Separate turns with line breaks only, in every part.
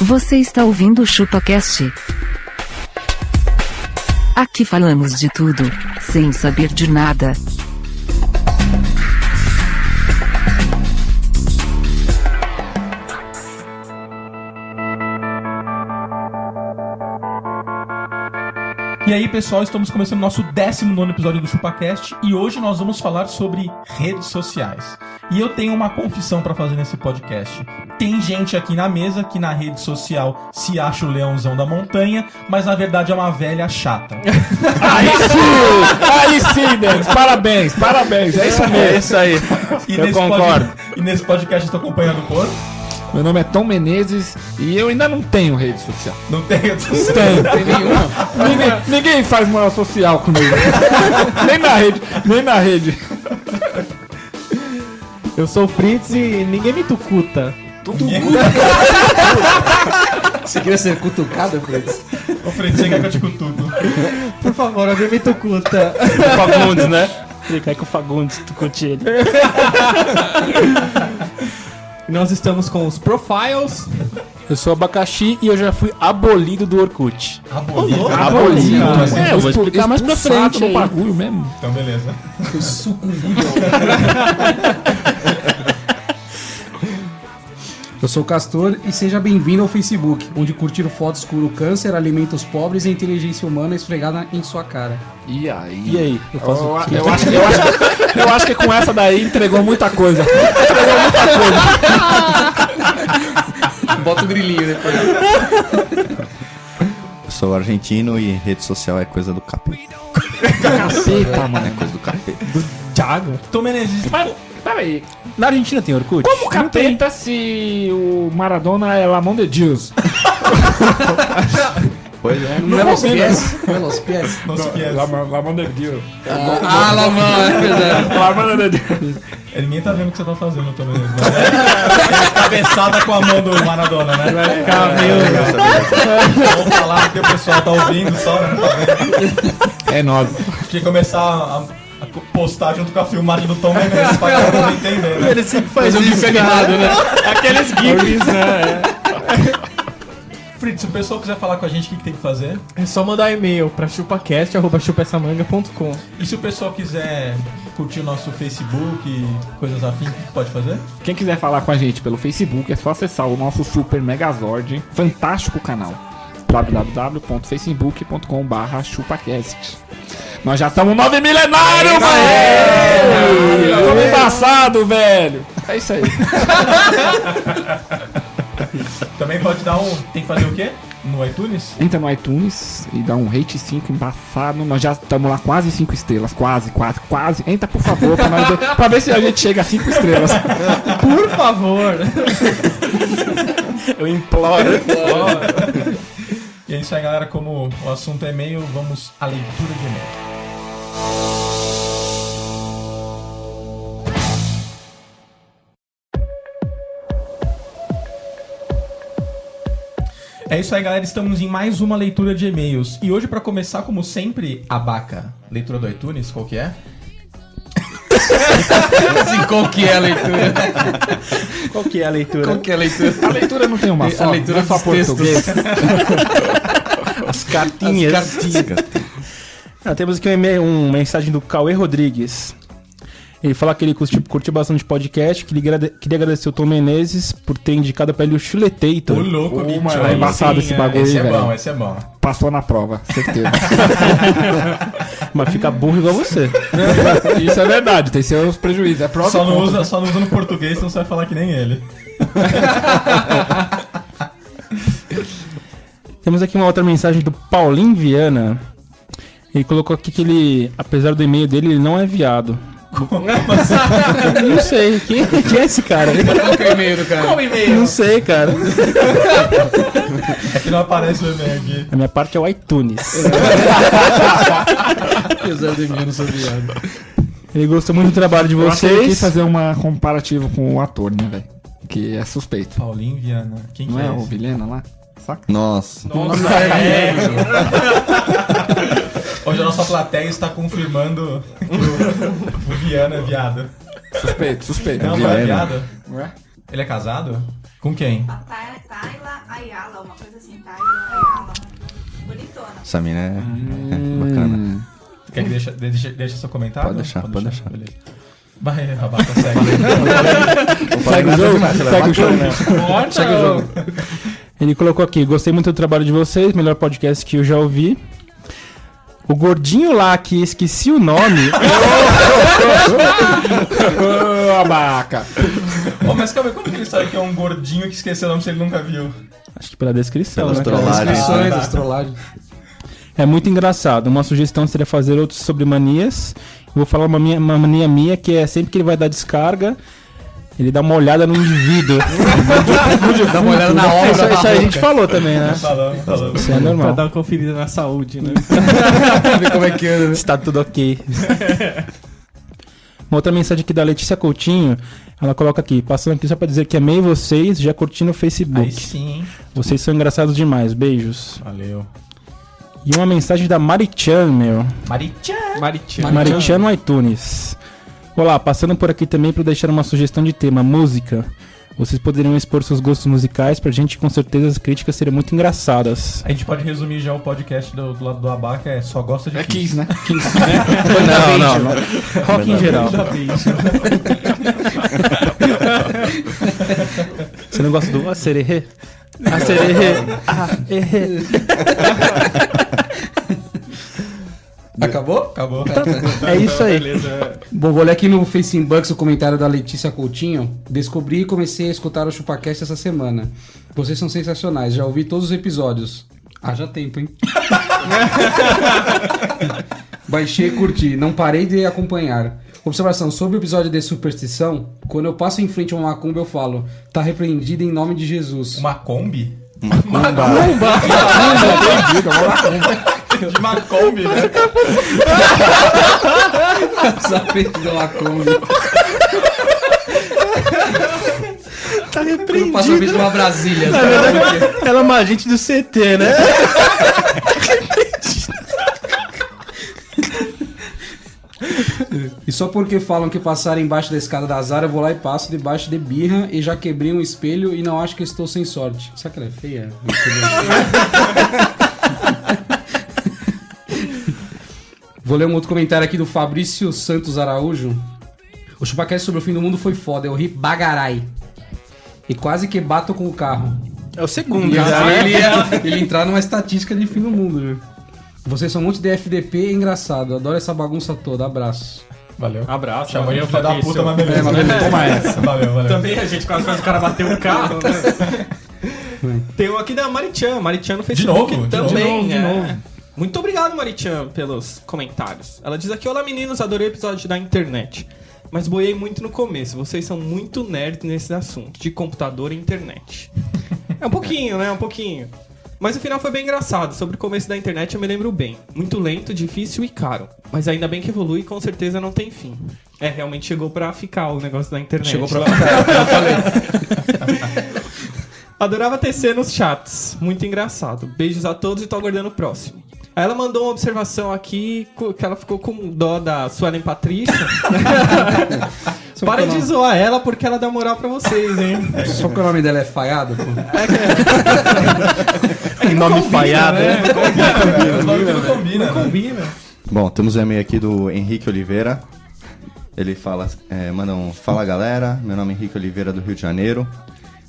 Você está ouvindo o ChupaCast? Aqui falamos de tudo, sem saber de nada.
E aí, pessoal, estamos começando nosso 19 episódio do ChupaCast e hoje nós vamos falar sobre redes sociais. E eu tenho uma confissão para fazer nesse podcast. Tem gente aqui na mesa que na rede social se acha o leãozão da montanha, mas na verdade é uma velha chata.
Aí sim! Aí sim, Denis! Parabéns, parabéns! É isso mesmo!
isso aí.
E
Eu
nesse pod-
concordo.
E nesse podcast eu tô acompanhando o corpo.
Meu nome é Tom Menezes e eu ainda não tenho rede social.
Não tenho.
Tenho, tem nenhuma. ninguém, ninguém faz moral social comigo. nem na rede, nem na rede.
Eu sou o Fritz e ninguém me tucuta.
Você queria ser cutucado, Fritz?
Ô, Fred, você quer que eu te cutuco?
Por favor, alguém me tucuta.
Fagundes, né?
Ele quer que o Fagundes tucute ele.
Nós estamos com os profiles.
Eu sou abacaxi e eu já fui abolido do Orkut.
Abolido.
Abolido?
Abolido.
É, eu vou explicar mais pra
Expulsado
frente.
do
aí. bagulho mesmo.
Então, beleza.
Eu sou o Castor e seja bem-vindo ao Facebook, onde curtir fotos cura o câncer, alimenta os pobres e a inteligência humana esfregada em sua cara.
E aí?
E aí? Eu, faço
Eu-
o quê? eu, acho, eu, acho, eu acho que com essa daí entregou muita coisa. Entregou muita coisa.
Bota o grilinho depois.
Eu sou argentino e rede social é coisa do capeta.
Caceta, mano.
É coisa do capeta.
Thiago?
Tom Menezes,
Mas, peraí. Na Argentina tem Orkut?
Como capeta
se o Maradona é Lamão de Deus?
Pois é.
Não é Los Pies? Não é Los Pies?
não se
Tá
esquece.
Lamão de Deus.
Ah, lá, mano, é verdade.
Lamão de Deus.
Ele nem tá vendo o que você tá fazendo, Tom Menezes. Mas é, é cabeçada com a mão do Maradona, né?
É,
Vamos falar porque o pessoal tá ouvindo só, né? Não tá vendo.
É nóis.
Tinha que começar a, a co- postar junto com a filmagem do Tom Menezes pra todo mundo entender, né?
Mas eu fico errado, né?
Aqueles gifs, né?
É. Fritz, se o pessoal quiser falar com a gente, o que, que tem que fazer?
É só mandar e-mail pra chupacast.chupessamanga.com.
E se o pessoal quiser curtir o nosso Facebook e coisas afins, o que que pode fazer?
Quem quiser falar com a gente pelo Facebook é só acessar o nosso Super Megazord, fantástico canal www.facebook.com.br chupacast Nós já estamos 9 milenário, velho! Estamos embaçado, velho! É isso aí.
Também pode dar um. Tem que fazer o quê? No iTunes?
Entra no iTunes e dá um rate 5 embaçado. Nós já estamos lá quase 5 estrelas. Quase, quase, quase. Entra, por favor, pra, nós ver, pra ver se a gente chega a 5 estrelas.
Por favor.
Eu imploro.
E é isso aí, galera. Como o assunto é e-mail, vamos à leitura de e-mail. É isso aí, galera. Estamos em mais uma leitura de e-mails. E hoje, pra começar, como sempre, a Baca. Leitura do iTunes, qual que é?
Assim, qual que é a leitura?
Qual que é a leitura?
Qual que é a leitura?
A leitura não tem uma
A
só.
leitura
não é só
dos textos.
português.
As cartinhas.
As cartinhas.
Ah, temos aqui um e-mail, uma mensagem do Cauê Rodrigues. Ele fala que ele curtiu, curtiu bastante podcast, que ele agrade- queria agradecer o Tom Menezes por ter indicado pra ele o Chuletator.
Ô, louco, amigo.
mano,
Tchau.
é embaçado
Sim,
esse bagulho,
Esse é
velho.
bom, esse é bom.
Passou na prova, certeza.
Mas fica burro igual você.
Isso é verdade, tem seus prejuízos. É prova.
Só não, usa, só não usa no português, senão você vai falar que nem ele.
Temos aqui uma outra mensagem do Paulinho Viana. Ele colocou aqui que ele, apesar do e-mail dele, ele não é viado. não sei, quem, quem é esse cara?
Qual que é o e-mail do cara?
Não sei, cara.
É que não aparece o e-mail aqui.
A minha parte é o iTunes.
Apesar de mim, eu não sou viado.
Ele gostou muito do trabalho de
Eu achei que quis
vocês.
fazer uma comparativa com o ator, né, velho? Que é suspeito.
Paulinho Viana. Quem que
Não
é,
é o
esse?
Vilhena lá? Saca?
Nossa.
Hoje a nossa plateia está confirmando que o, o Viana é viado.
Suspeito, suspeito.
Não, é não
Viana.
é viado? Ele é casado? Com quem?
Taila Ayala,
assim,
Essa mina é, é bacana.
Quer que deixa, deixa, deixa seu comentário?
Pode deixar, pode deixar.
Beleza. Vai, tá Rabata, segue.
Segue o jogo, segue o jogo.
Corta, ô.
Ele colocou aqui: gostei muito do trabalho de vocês, melhor podcast que eu já ouvi. O gordinho lá que esqueci o nome.
Ô, abaca!
Ô, mas calma aí, como que ele sabe que é um gordinho que esqueceu o nome se ele nunca viu?
acho que pela descrição,
Pelas
né? cara?
trollagens.
Descrições, as trollagens.
É muito engraçado. Uma sugestão seria fazer outros sobre manias. Eu vou falar uma, minha, uma mania minha que é sempre que ele vai dar descarga, ele dá uma olhada no indivíduo.
Dá uma olhada na obra.
isso, isso aí a gente
barroca.
falou também, né?
Falando, falando.
Isso é
Pra
normal.
dar uma conferida na saúde, né?
Ver como é que anda. né?
Está tudo ok. Uma outra mensagem aqui da Letícia Coutinho. Ela coloca aqui, passando aqui só pra dizer que amei vocês, já curti no
Aí
Facebook.
sim, hein?
Vocês são engraçados demais, beijos.
Valeu.
E uma mensagem da Marichan, meu.
Maritchan.
Maritinho.
Marichan no iTunes. Olá, passando por aqui também para deixar uma sugestão de tema, música. Vocês poderiam expor seus gostos musicais pra gente, com certeza as críticas seriam muito engraçadas.
A gente pode resumir já o podcast do, do lado do Abaca, é só gosta de
É
Kiss.
15, né?
Não, não, não.
Rock em geral. Você não gosta do acererê? Acererê. Ah, erê.
Acabou?
Acabou.
É isso aí.
Beleza.
Bom, vou ler aqui no Facebook o comentário da Letícia Coutinho. Descobri e comecei a escutar o ChupaCast essa semana. Vocês são sensacionais, já ouvi todos os episódios. Haja tempo, hein? Baixei e curti, não parei de acompanhar. Observação, sobre o episódio de superstição, quando eu passo em frente a uma macumba eu falo, tá repreendido em nome de Jesus.
Uma Kombi?
Diga, vamos lá.
De Macombi, né?
Essa frente da macumba.
Tá
Quando eu passo em frente a uma Brasília. né? sabe?
Ela é uma agente do CT, né?
E só porque falam que passaram embaixo da escada da Zara, eu vou lá e passo debaixo de birra e já quebrei um espelho e não acho que estou sem sorte. Será que ela é feia? vou ler um outro comentário aqui do Fabrício Santos Araújo. O chupacast sobre o fim do mundo foi foda, eu ri bagarai. E quase que bato com o carro.
É o segundo.
E assim ele, ia- ele entrar numa estatística de fim do mundo, viu? Vocês são muito de FDP é engraçado. Adoro essa bagunça toda. Abraço.
Valeu.
Abraço.
Chamou de
valeu,
filho da
Fabrício.
puta, É, mas beleza. Toma essa. Valeu, valeu.
Também a gente quase faz o cara bater o carro, né? Tem um aqui da Marichan, Marichan no Facebook
novo, de
também.
novo, de
é.
novo.
Muito obrigado, Marichan, pelos comentários. Ela diz aqui: Olá meninos, adorei o episódio da internet. Mas boiei muito no começo. Vocês são muito nerds nesse assunto, de computador e internet. É um pouquinho, né? Um pouquinho. Mas o final foi bem engraçado. Sobre o começo da internet eu me lembro bem. Muito lento, difícil e caro. Mas ainda bem que evolui e com certeza não tem fim. É, realmente chegou pra ficar o negócio da internet.
Chegou pra
Adorava tecer nos chats. Muito engraçado. Beijos a todos e tô aguardando o próximo. Aí ela mandou uma observação aqui co- que ela ficou com dó da Suelen Patrícia. Para de zoar ela porque ela dá moral pra vocês, hein?
Só porque o nome dela é falhado, pô.
Nome falhado.
né?
Os nomes tudo combina, né?
Combina.
Bom, temos um e-mail aqui do Henrique Oliveira. Ele fala, é, manda um Fala galera, meu nome é Henrique Oliveira do Rio de Janeiro.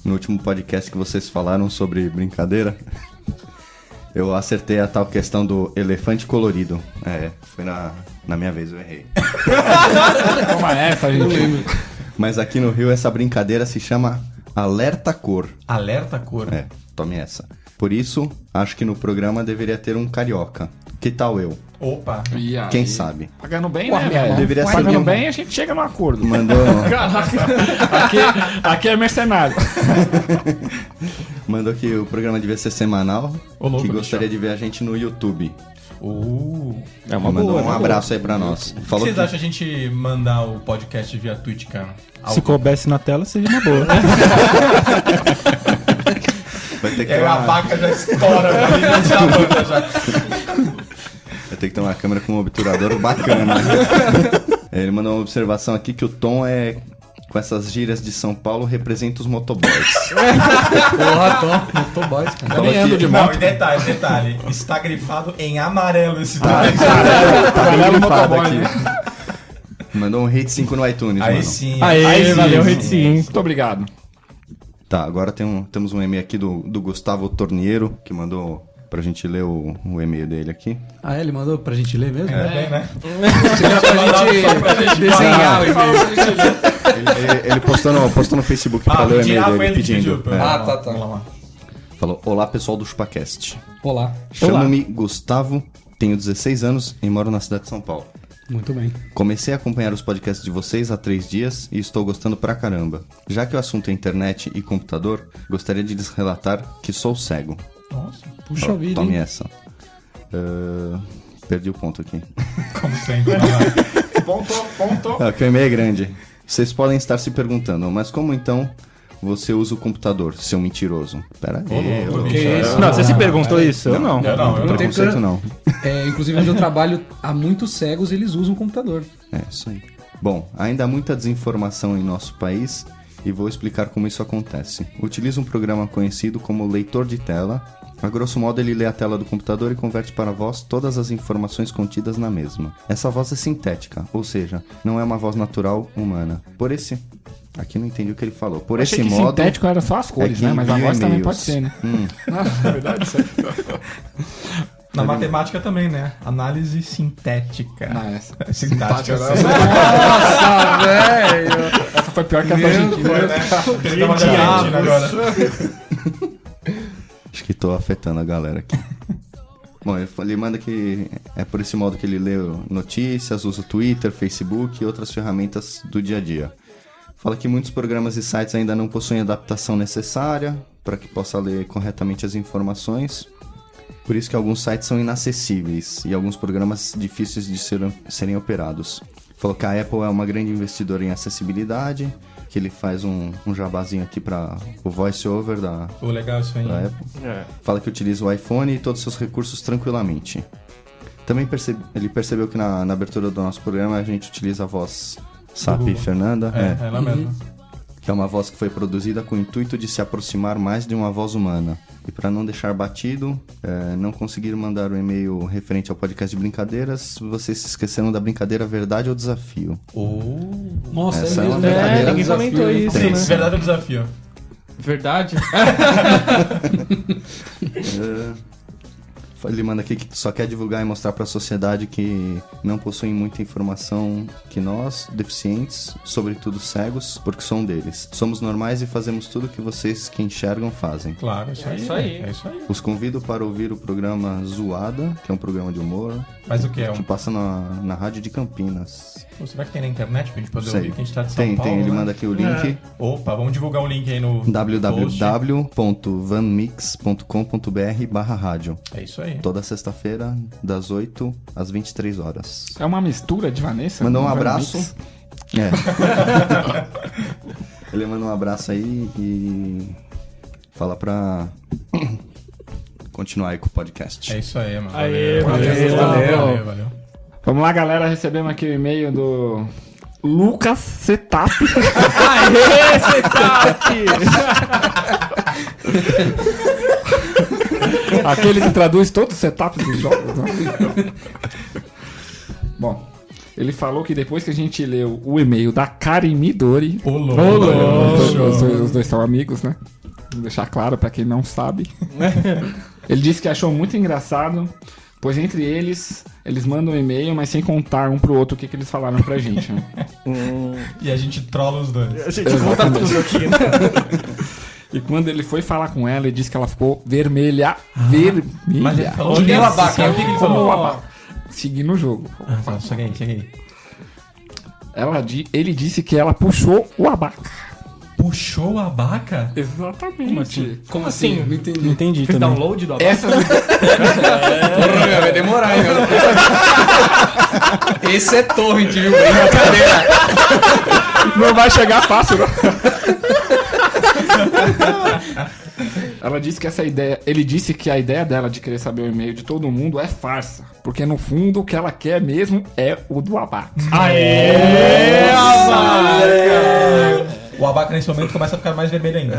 No último podcast que vocês falaram sobre brincadeira, eu acertei a tal questão do elefante colorido. É, foi na, na minha vez, eu errei.
Toma essa, gente.
Mas aqui no Rio essa brincadeira se chama Alerta Cor.
Alerta cor.
É, tome essa. Por isso, acho que no programa deveria ter um carioca. Que tal eu?
Opa.
E aí?
Quem sabe?
Pagando bem,
Porra,
né, velho?
deveria ser
Pagando
um-
bem, a gente chega num acordo.
Mandou.
Aqui, aqui é mercenário.
Mandou que o programa devia ser semanal.
Ô, louco,
que gostaria de ver a gente no YouTube.
Uh.
É uma Mandou
boa, é
um
uma
abraço aí pra nós.
O que
Falou
vocês
que...
acham a gente mandar o podcast via Twitch, cara?
Se coubesse na tela, seria uma boa.
Vai, ter que
E
ter
aí É, a
uma...
vaca já estoura pra mim, antes da banda já.
Vai ter que ter uma câmera com um obturador bacana. É, Ele mandou uma observação aqui que o tom é com essas gírias de São Paulo, representa os motoboys.
Porra, top. Motoboys,
Tá
cara.
Fala que-
Não, e detalhe, detalhe. Está grifado em amarelo esse
Tá,
daí.
tá, tá bem
Amarelo
grifado
motoboy,
aqui. Mandou um hate 5 no iTunes,
Aí
mano.
sim. É
Aê,
Aí
valeu,
sim.
Red Sim.
Muito obrigado.
Tá, agora tem um- temos um e-mail aqui do, do Gustavo Torniero, que mandou pra gente ler o, o e-mail dele aqui.
Ah, é? ele mandou pra gente ler mesmo?
Ainda bem, né?
Você quer pra gente desenhar o e-mail.
né?
Ele, ele- ele postou, no, postou no Facebook pra
Ah,
ler o
pedi-
e-mail
ah,
dele
foi ele que
pedindo.
pediu. pera,
É.
Ah,
vamos
tá,
lá,
tá.
vamos lá.
falou, olá pessoal do ChupaCast.
Olá.
Chamo-me Gustavo, tenho 16 anos e moro na cidade de São Paulo.
Muito bem.
Comecei a acompanhar os podcasts de vocês há três dias e estou gostando pra caramba. Já que o assunto é internet e computador, gostaria de lhes relatar que sou cego.
Nossa,
Puxa
Ó,
vida,
Tome
hein?
essa. Ah, perdi o ponto aqui.
como sempre. né? vamos lá. Ponto, ponto.
Ah, que o e-mail é grande. Vocês podem estar se perguntando, mas como então você usa o computador, seu mentiroso? Pera aí. ô,
bicho.
eu-
isso?
Não, você se perguntou isso? Eu não.
Eu não, eu não.
Não tem preconceito, não.
É, inclusive, onde eu trabalho, há muitos cegos eles usam o computador.
É, isso aí. Bom, ainda há muita desinformação em nosso país e vou explicar como isso acontece. Utiliza um programa conhecido como leitor de tela. A grosso modo, ele lê a tela do computador e converte para voz todas as informações contidas na mesma. Essa voz é sintética, ou seja, não é uma voz natural humana. Por esse. Aqui não entendi o que ele falou. Por
Achei
esse
que
modo.
sintético era só as cores,
é
né? Mas a
quem
voz
envia
também
e-mails.
pode ser, né?
Na matemática também, né? Análise sintética.
Ah, essa.
Sintática.
Nossa, velho!
essa foi pior que a
Meu
gente.
Foi, né? Ele tava
diabos.
diabos agora.
Acho que tô afetando a galera aqui. Bom, ele fa- ele manda que é por esse modo que ele lê notícias, usa o Twitter, Facebook e outras ferramentas do dia a dia. Fala que muitos programas e sites ainda não possuem adaptação necessária para que possa ler corretamente as informações. Por isso que alguns sites são inacessíveis e alguns programas difíceis de ser- serem operados. Falou que a Apple é uma grande investidora em acessibilidade, que ele faz um, um jabazinho aqui para o voice-over da,
Pô, legal é isso aí.
da Apple. Fala que utiliza o iPhone e todos os seus recursos tranquilamente. Também percebe- ele percebeu que na, na abertura do nosso programa a gente utiliza a voz SAP
Google.
Fernanda, é,
É, ela mesma.
que é uma voz que foi produzida com o intuito de se aproximar mais de uma voz humana. E para não deixar batido, é, não conseguir mandar o e-mail referente ao podcast de brincadeiras, vocês se esqueceram da brincadeira verdade ou desafio.
Nossa,
Essa
é
é uma
mesmo.
verdadeira
ninguém
desafio,
comentou
hein?
isso.
Tem.
Esse Verdade é o desafio.
Verdade?
É, Ele manda aqui que só quer divulgar e mostrar para a sociedade que não possuem muita informação que nós, deficientes, sobretudo cegos, porque são deles. Somos normais e fazemos tudo que vocês que enxergam fazem.
Claro, é isso aí.
isso aí.
né? É isso aí.
Os convido para ouvir o programa Zoada, que é um programa de humor,
Mas o que é?
que
Um...
passa na, na rádio de Campinas.
Pô, Será que tem na internet pra gente poder
Sei.
ouvir que a gente tá de São
Tem,
Paulo?
tem, ele
né?
manda aqui o link
Opa, vamos divulgar o link aí no post.
www.vanmix.com.br barra rádio.
É isso aí.
Toda sexta-feira, das 8 às 23 horas.
É uma mistura de Vanessa.
Mandou um
com
abraço.
Vanessa.
É. Ele manda um abraço aí e fala pra continuar aí com o podcast.
É isso aí, mano.
Aê,
valeu,
valeu.
valeu. valeu,
Valeu. Vamos lá, galera. Recebemos aqui o e-mail do Lucas Setup.
Aê, você tá aqui!
Aquele que traduz todos os setups dos jogos. né? Bom, ele falou que depois que a gente leu o e-mail da Karen Midori,
Ô, louco.
os dois- os dois- os dois são amigos, né? Vou deixar claro pra quem não sabe. Ele disse que achou muito engraçado, pois entre eles, eles mandam um e-mail, mas sem contar um pro outro o que, que eles falaram pra gente. Né?
E a gente trola os dois.
A gente conta tudo aqui, né?
E quando ele foi falar com ela, ele disse que ela ficou vermelha. vermelha.
Ah, Mas ele falou
Que nem
isso,
babaca.
sabe O que que ele
Como
falou?
uma- Seguindo o jogo.
Ah, fala, chega aí, chega aí.
Ela, di- ele disse que ela puxou o abaca.
Puxou a abaca?
Exatamente.
Como assim?
Não entendi.
Entendi
Fez
também.
download do
Essa
Porra, vai demorar, hein, meu? Esse é torrent, viu? Brincadeira.
não vai chegar fácil. Não. Ela disse que essa ideia, ele disse que a ideia dela de querer saber o e-mail de todo mundo é farsa, porque no fundo o que ela quer mesmo é o do abaca.
Aê, abaca!
babaca nesse momento começa a ficar mais vermelho ainda.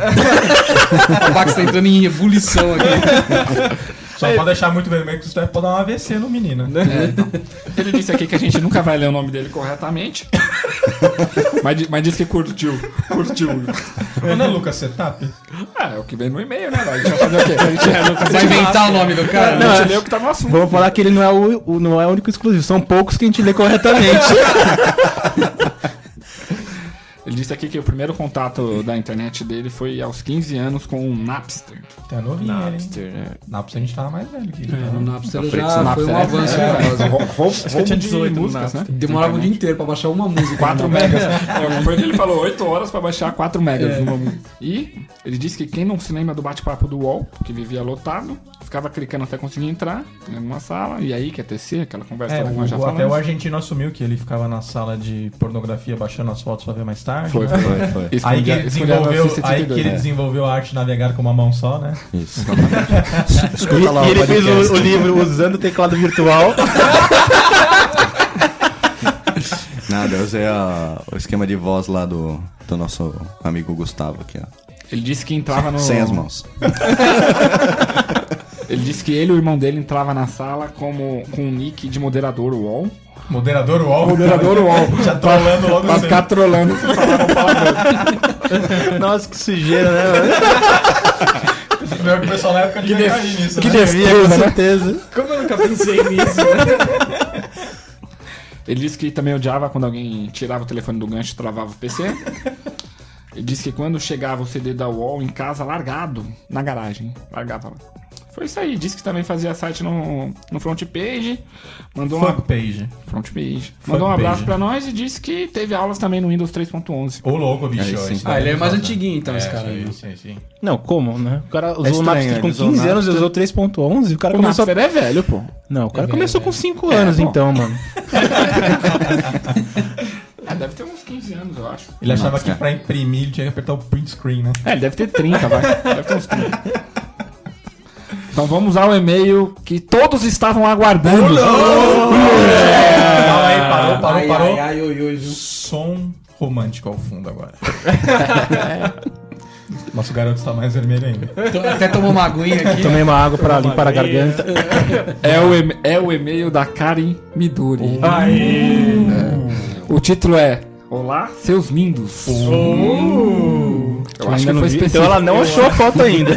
O Bax tá entrando em ebulição aqui.
Só não pode deixar muito vermelho que você pode dar um AVC no menino. né?
Ele disse aqui que a gente nunca vai ler o nome dele corretamente. mas, di- mas disse que curtiu. Curtiu.
Não é Lucas Setup?
Ah, é o que vem no e-mail, né? velho? A gente vai fazer o quê? A gente, é Lucas
Vai inventar o nome do cara?
a gente lê o que tá no assunto.
Vou falar que ele não é o, o- não é o único exclusivo, são poucos que a gente lê corretamente.
Ele disse aqui que o primeiro contato da internet dele foi aos 15 anos com um Napster.
Tá novinho ele, hein?
Napster, né?
Napster a gente tava mais velho que ele.
É,
tá?
o Napster já
Frente do
foi um
Napster,
avanço.
É,
cara.
rou- rou- roubo de
18 no
músicas, né?
Demorava o dia inteiro pra baixar uma música.
4 megas. É, foi o que ele falou, 8 horas pra baixar 4 megas.
É.
numa mu- E ele disse que quem não se lembra do bate-papo do UOL, que vivia lotado, ficava clicando até conseguir entrar em alguma sala, e aí que é TC, aquela conversa
É,
lá que nós já
o, até o
falamos.
argentino assumiu que ele ficava na sala de pornografia baixando as fotos pra ver mais tarde.
Foi,
né?
foi.
Foi, foi.
Aí que,
Escondia-
ele
escondia na
desenvolveu, aí que
672,
ele
né?
desenvolveu a arte de navegar com uma mão só, né?
Isso.
E,
Escuta lá
e
o
ele fez
podcast.
o, o livro usando o teclado virtual.
Nada, eu usei a- o esquema de voz lá do, do nosso amigo Gustavo aqui, ó.
Ele disse que entrava no.
Sem as mãos.
Ele disse que ele e o irmão dele entrava na sala como com um nick de moderador UOL.
Moderador UOL.
Moderador UOL.
Já trolando logo
Pra ficar trolando.
Nossa, que sujeira, né? mano?
sempre. Pior que o pessoal na época devia cair nisso,
Que
né?
devia, com certeza.
Como eu nunca pensei nisso?
Ele disse que também odiava quando alguém tirava o telefone do gancho e travava o PC. Ele disse que quando chegava o CD da UOL em casa, largado, na garagem, largava lá. Foi isso aí, disse que também fazia site no, no front page, mandou
Fuck
uma,
page.
front page. mandou um
page.
abraço pra nós e disse que teve aulas também no Windows 3.11.
Ô louco, bicho.
Aí sim.
isso
Ah,
daí
ele é
já
mais
tá.
antiguinho então, esse
É,
cara aí.
Sim, sim, sim.
Não, como, né? O cara usou
É estranho,
o Napster com
ele usou
15
o
anos e
Napster.
usou 3.11 e o cara
O
começou...
Napster é velho, pô.
Não, o cara
É,
velho,
começou com 5 anos
pô.
então, mano.
É, deve ter uns 15 anos, eu acho.
Ele achava
Nossa,
que pra imprimir ele tinha que apertar o print screen, né?
É, ele deve ter 30, vai. Deve ter uns 30. Então vamos ao e-mail que todos estavam
Tá
aguardando.
Calma aí, parou, parou,
Ah, Ai,
parou.
ai, ai, oi, oi, viu?
Som romântico ao fundo agora. Nosso garoto está mais vermelho ainda.
Tô- Então, Até tomou uma aguinha aqui.
Tomei uma água pra limpar a garganta.
É o, e- é o e-mail da Karen Midori.
Aí.
O título é Olá, seus lindos. Eu acho que
Ainda não
foi
vi.
específico.
Então ela não achou a foto ainda.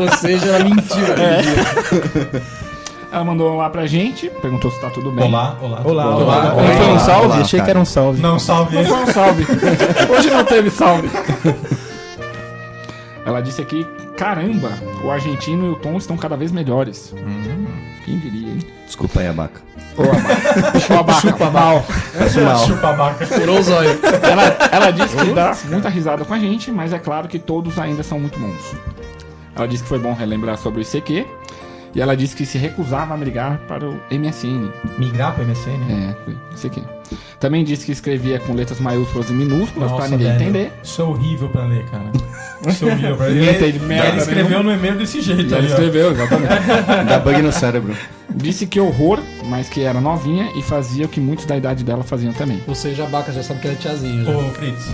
Ou seja, ela mentiu.
Ela mandou olá pra gente, perguntou se tá tudo bem.
Olá, olá.
Olá,
olá.
olá. Não foi um
Olá,
salve?
olá,
Achei que
cara.
era um salve.
Não, salve.
Não foi um salve. Hoje não teve salve. Ela disse aqui, caramba, o argentino e o Tom estão cada vez melhores. Quem diria, hein?
Desculpa aí, abaca.
Chupa mal.
Chupa a vaca.
Furou os olhos.
Ela, ela disse que dá muita risada com a gente, mas é claro que todos ainda são muito bons. Ela disse que foi bom relembrar sobre o ICQ. E ela disse que se recusava a migrar para o MSN.
Migrar pro MSN?
É, foi ICQ. Também disse que escrevia com letras maiúsculas e minúsculas para ninguém
velho,
entender.
Isso é horrível pra ler, cara. Isso é horrível pra ler.
Ninguém
Ele-
entende merda
Ele escreveu no e-mail desse jeito
E ela
ali, ó.
escreveu, exatamente.
é
Dá bug no cérebro.
Disse que horror, mas que era novinha e fazia o que muitos da idade dela faziam também.
Ou seja, a Baca já sabe que ela é tiazinha. já.
Ô, Fritz,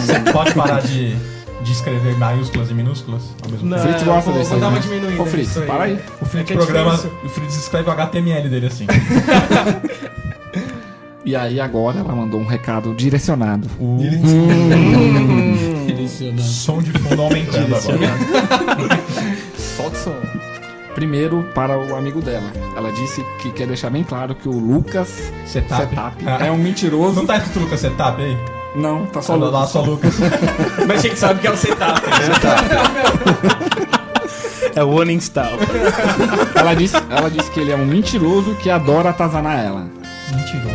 você pode parar de, de escrever maiúsculas e minúsculas ao mesmo tempo?
Fritz gosta
vou-
desse
vou
aí,
dar uma
né?
diminuída
Ô, Fritz,
nisso aí.
para aí.
O Fritz,
É que é
programa,
difícil.
o Fritz escreve o HTML dele assim.
E aí agora ela mandou um recado direcionado.
Impressionante.
Som de fundo aumentando agora.
Solta o som.
Primeiro para o amigo dela. Ela disse que quer deixar bem claro que o Lucas
Setup.
Setup
Ah,
é um mentiroso.
Não tá escrito Lucas Setup aí?
Não, tá só
Olha lá,
Lucas.
só Lucas.
Mas a gente sabe que é o setup.
É o One Install.
Ela disse, ela disse que ele é um mentiroso que adora atazanar ela. Uhum.
Mentiroso.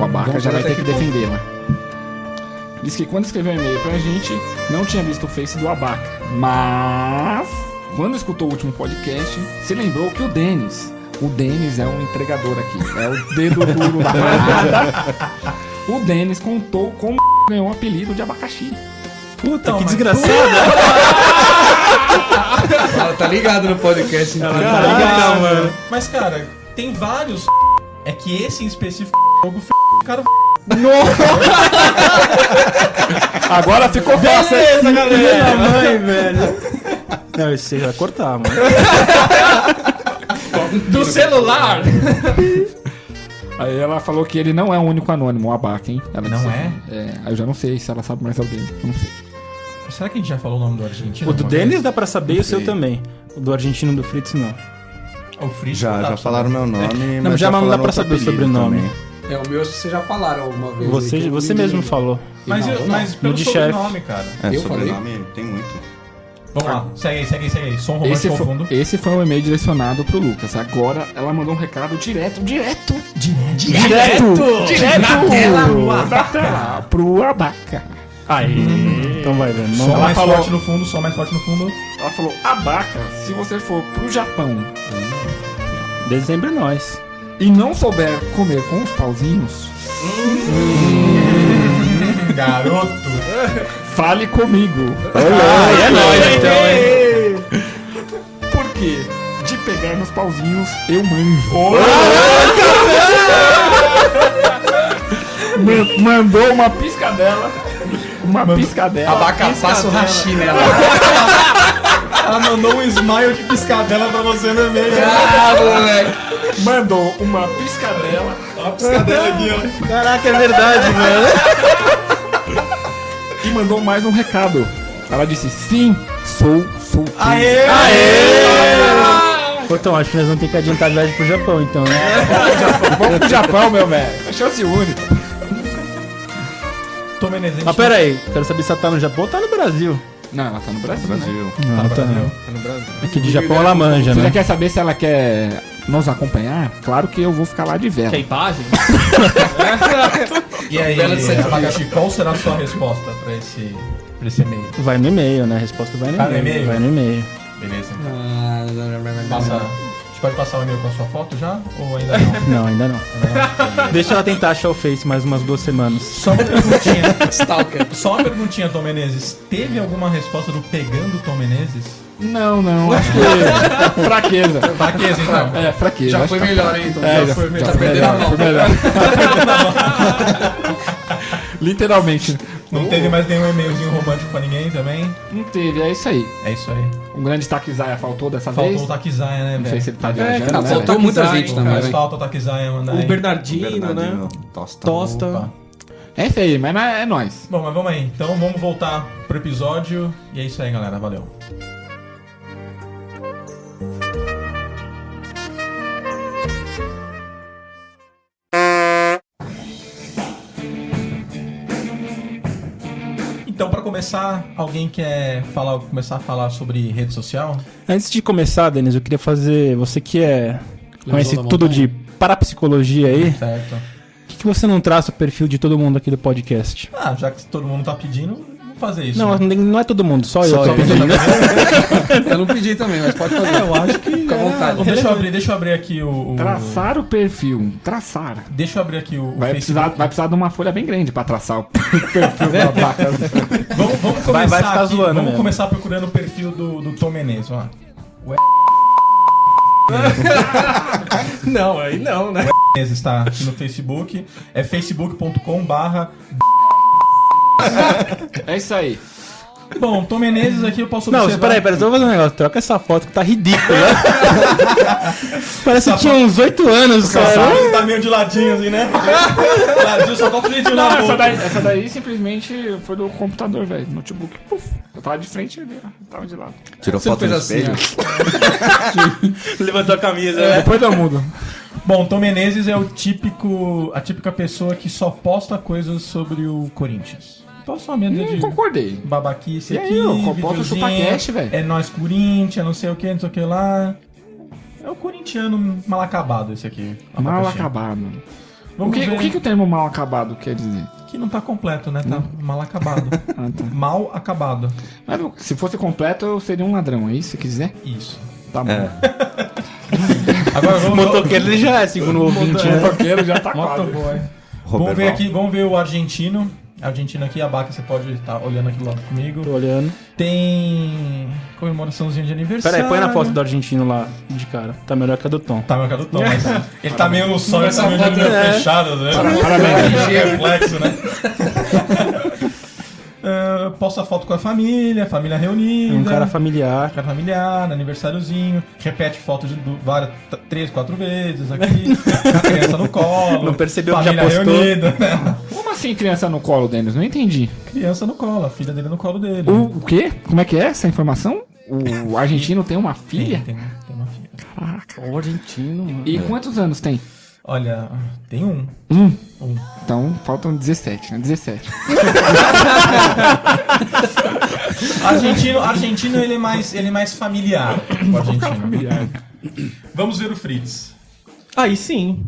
O abaca
Vamos
já vai
até
ter que
que ponto.
defendê-la. Diz que quando escreveu o e-mail pra gente, não tinha visto o face do abaca. Mas, quando escutou o último podcast, se lembrou que o Denis. O Denis é um entregador aqui. É o dedo duro da parada. O Denis contou como ganhou o apelido de abacaxi.
Puta,
Não,
que
mas-
desgraçado.
Ela tá ligada no podcast. Então.
né,
Caraca,
Caraca,
mano.
Mas, cara, tem vários. É que esse em específico, o jogo, o cara
Agora ficou fácil. hein?
Beleza, galera.
mãe, velho. Não, esse vai cortar, mano.
Do celular.
Aí ela falou que ele não é o único anônimo, o Abaca, hein? Ela
Não
disse-
é?
É, aí eu já não sei se ela sabe mais alguém. Eu não sei.
Será que a gente já falou o nome do argentino?
O do
alguma
Denis dá pra saber e o seu
Sei.
também. O do argentino do Fritz não.
vez? Ah, O Fritz
Já, já falaram meu nome,
Não,
mas
já
já
não dá
falaram
pra
outro
saber o
apelido
sobrenome.
também.
É, o meu acho que vocês já falaram alguma vez. aí, que
Você,
eu
você
não
mesmo
lembro.
falou.
Mas,
Não,
eu-
não.
mas pelo
No de
sobrenome, cara.
É,
Eu
sobrenome tem muito.
Vamos lá, segue aí, segue aí, segue aí. Som
Esse
romântico ao
foi,
fundo.
esse foi um e-mail direcionado pro Lucas. Agora ela mandou um recado direto, direto,
Direto!
direto da tela, pro Abaca.
Aí. Então vai, velho.
Som
Não
mais
falou-
forte no fundo, som mais forte no fundo.
Ela falou: Abaca, se você for pro Japão
Dezembro é nós.
e não souber comer com os pauzinhos,
Garoto.
fale comigo. Ah,
é nóis,
então, Porque de pegar nos pauzinhos eu manjo. Man- mandou uma piscadela. Uma piscadela.
Abaca, passa o rachi nela.
Ela mandou um smile de piscadela pra você no e-mail.
Ah, moleque.
Mandou uma piscadela.
Ó a piscadela aqui, ó.
Caraca, é verdade, velho.
E mandou mais um recado. Ela disse: Sim, sou solteiro.
Pô, então, acho que nós vamos ter que adiantar a viagem pro Japão, então, né?
Vamos pro Japão, meu velho. É chance única.
Tom Menezes.
Mas pera aí, quero saber se ela tá no Japão ou tá no Brasil.
Não, ela tá no Brasil. né?
Brasil.
Não, tá
Brasil.
não. Aqui de Japão ela manja,
Você já
né?
quer saber se ela quer nos acompanhar? Claro que eu vou ficar lá de vela.
Quer imagem?
E aí,
Bela de Sete
Abacaxi, qual será a sua resposta pra esse, pra esse e-mail?
Vai no e-mail, né? A resposta vai no
Vai no
e-mail.
e-mail?
Vai no e-mail.
Beleza. então. Passa. A gente pode passar o e-mail com a sua foto já? Ou ainda não?
Não, ainda não. Deixa ela tentar achar o Face mais umas duas semanas.
Só uma perguntinha.
Stalker.
Só uma perguntinha, Tom Menezes. Teve alguma resposta do pegando Tom Menezes?
Não, não. Acho que. fraqueza.
Fraqueza, então.
É, fraqueza.
Já
acho
foi
que tá-
melhor, hein? Então,
É, já,
foi melhor.
já
Tá
foi
perdendo a
melhor.
mão.
foi melhor. Literalmente.
Não teve mais nenhum e-mailzinho romântico pra ninguém também?
Não teve, é isso aí.
É isso aí.
Um grande Takizaya faltou dessa vez.
Faltou o Takizaya, né,
Não sei se
velho?
ele tá
É,
viajando.
não,
né,
faltou
velho?
muita
Design,
gente
o
também, né?
Mas
velho.
falta o Takizaya, mano.
O
aí.
Bernardino, né?
Bernardino, Tosta.
tá.
Tosta.
Opa.
É isso aí, mas é, é nóis.
Bom, mas vamos aí. Então vamos voltar pro episódio. E é isso aí, galera. Valeu. Então, pra começar, alguém quer falar, começar a falar sobre rede social?
Antes de começar, Denis, eu queria fazer. Você que é. Conhece
da
tudo de parapsicologia aí.
Certo.
Por que, que você não traça o perfil de todo mundo aqui do podcast?
Ah, já que todo mundo tá pedindo, vamos fazer isso.
Não,
né?
não, tem- não é todo mundo, só eu.
Só
tô
eu.
pedindo.
Eu não pedi também, mas pode fazer. eu acho que. Fica à vontade.
deixa eu abrir, deixa eu abrir aqui o. o-
Traçar o perfil. Traçar.
Deixa eu abrir aqui o, o
Vai precisar, vai precisar de uma folha bem grande pra traçar o perfil da vaca.
Vamos, vamos começar
Vai- vai ficar
aqui,
zoando
Vamos
mesmo.
começar procurando o perfil do, do Tom Menezes, ó.
Não, aí não, né?
Menezes está aqui no Facebook. É facebook.com barra...
É isso aí.
Bom, Tom Menezes aqui eu posso
Não,
observar...
peraí, peraí, só vou fazer um negócio. Troca essa foto que tá ridícula. Parece que tinha uns 8 anos, cara.
Ele tá meio de ladinho assim, né? Ladinho, só falta o dedinho
Não,
na
essa
boca.
daí, essa daí simplesmente foi do computador, velho. Notebook. Puf. Eu tava de frente ali, ó. Tava de lado.
Tirou
Você
foto
fez
no
assim,
espelho?
Levantou a camisa,
É.
né?
Depois eu mudo.
Bom, Tom Menezes é o típico... A típica pessoa que só posta coisas sobre o Corinthians. Então só menos
Não
de...
Hum,
concordei.
Babaquice
E
aqui,
aí, ó, composta o
videozinho,
ChupaCast, velho.
É nós Corinthians, não sei o que, não sei o que lá. É o corintiano mal acabado esse aqui.
Mal
abacaxi.
acabado. O
Vamos
que,
ver.
o que que o termo mal acabado quer dizer?
Que não tá completo, né? Tá mal acabado.
Ah, tá.
mal acabado.
Mas não, se fosse completo, eu seria um ladrão, é isso que você quer dizer?
Isso.
Tá bom.
Agora vamos.
Motoqueiro ele já é, segundo o ouvinte, né?
Motoqueiro já tá quase.
Motoboy. Vamos
Roberval.
ver aqui, vamos ver o argentino. Argentino aqui, a Baca, você pode estar olhando aqui do lado
Tô
comigo.
olhando.
Tem comemoraçãozinha de aniversário.
Peraí, põe na foto do argentino lá de cara. Tá melhor que a do Tom.
Tá, meu caro Tom, mas ele tá meio no sol, ele tá meio de
Essa
olho
foto
fechado, né?
Parabéns.
Reflexo, né? posta foto com a família, família reunida.
Um cara familiar.
Fica familiar, aniversáriozinho, repete foto de du- várias, t- três, quatro vezes aqui, com a criança no colo.
Não percebeu que já
família
postou.
reunida, né?
Como assim criança no colo, Denis? Não entendi.
Criança no colo, a filha dele no colo dele.
O, o quê? Como é que é essa informação? O argentino tem uma
Tem,
filha?
tem, tem uma filha.
O argentino, mano.
E quantos anos tem?
Olha, tem um.
Um.
Um.
Então faltam 17, né? 17.
Argentino, argentino ele é mais, ele é mais familiar. O argentino. Vamos ver o Fritz.
Aí sim.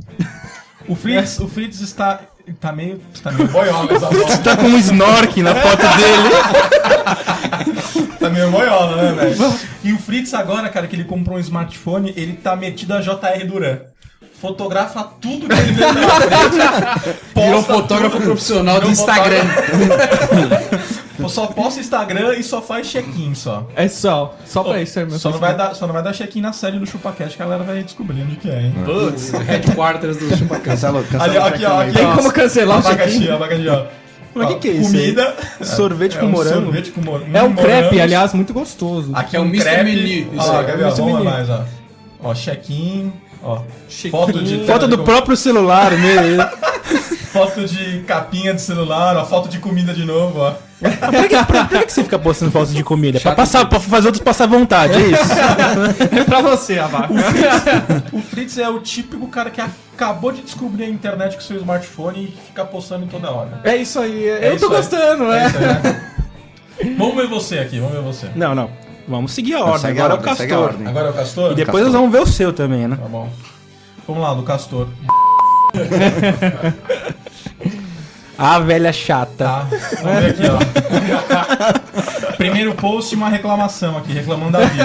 O Fritz, o Fritz está, está meio, está meio boiola, essa foto.
Tá com um snork na foto dele.
Tá meio boiola, né, velho? E o Fritz agora, cara, que ele comprou um smartphone, ele tá metido a JR Duran. Fotografa tudo que ele vê na frente.
Virou
Posta
É um fotógrafo
tudo.
profissional
É
do
um
Virou
Instagram.
fotógrafo. só posta Instagram e só faz check-in só.
É só. Só pra isso, irmão.
Só não, vai dar, só não vai dar check-in na série do ChupaCast que a galera vai descobrindo de que é, hein?
Putz, headquarters do Chupacá.
Cancela, cancela
Ali,
o
ó, aqui, ó,
check-in
aqui,
aí.
ó.
Como cancelar o check-in?
Abacaxi, ó, abacaxi, ó.
Mas
Ó,
que que é isso
Comida.
Sorvete
É
com
um
morango.
Sorvete com morango.
É um crepe,
morango.
aliás, muito gostoso.
Aqui
É
é
um
um
Mr.
crepe.
Menu.
Olha lá, Gabriel,
Mr.
vamos lá
Menu.
mais, ó. Ó, check-in, ó. Foto de,
Foto do próprio celular, né? meu.
foto de capinha de celular, ó, foto de comida de novo, ó.
Por que, por- por que você fica postando foto de comida? Pra, passar, pra fazer outros passar vontade, é isso?
pra você, Abaca.
O Fritz é o típico cara que acabou de descobrir a internet com seu smartphone e fica postando em toda hora.
É isso aí.
É
eu
isso
tô
aí.
gostando,
É
é.
isso aí, né? Vamos ver você aqui, vamos ver você.
Não, não. Vamos seguir a ordem.
Segue a
Agora é o
ordem, segue a
Castor.
ordem.
Agora é o Castor?
E depois nós vamos ver o seu também, né?
Tá bom. Vamos lá, do Castor.
Ah, velha chata.
Tá. Vamos ver aqui, ó. Primeiro post, uma reclamação aqui, reclamando da vida.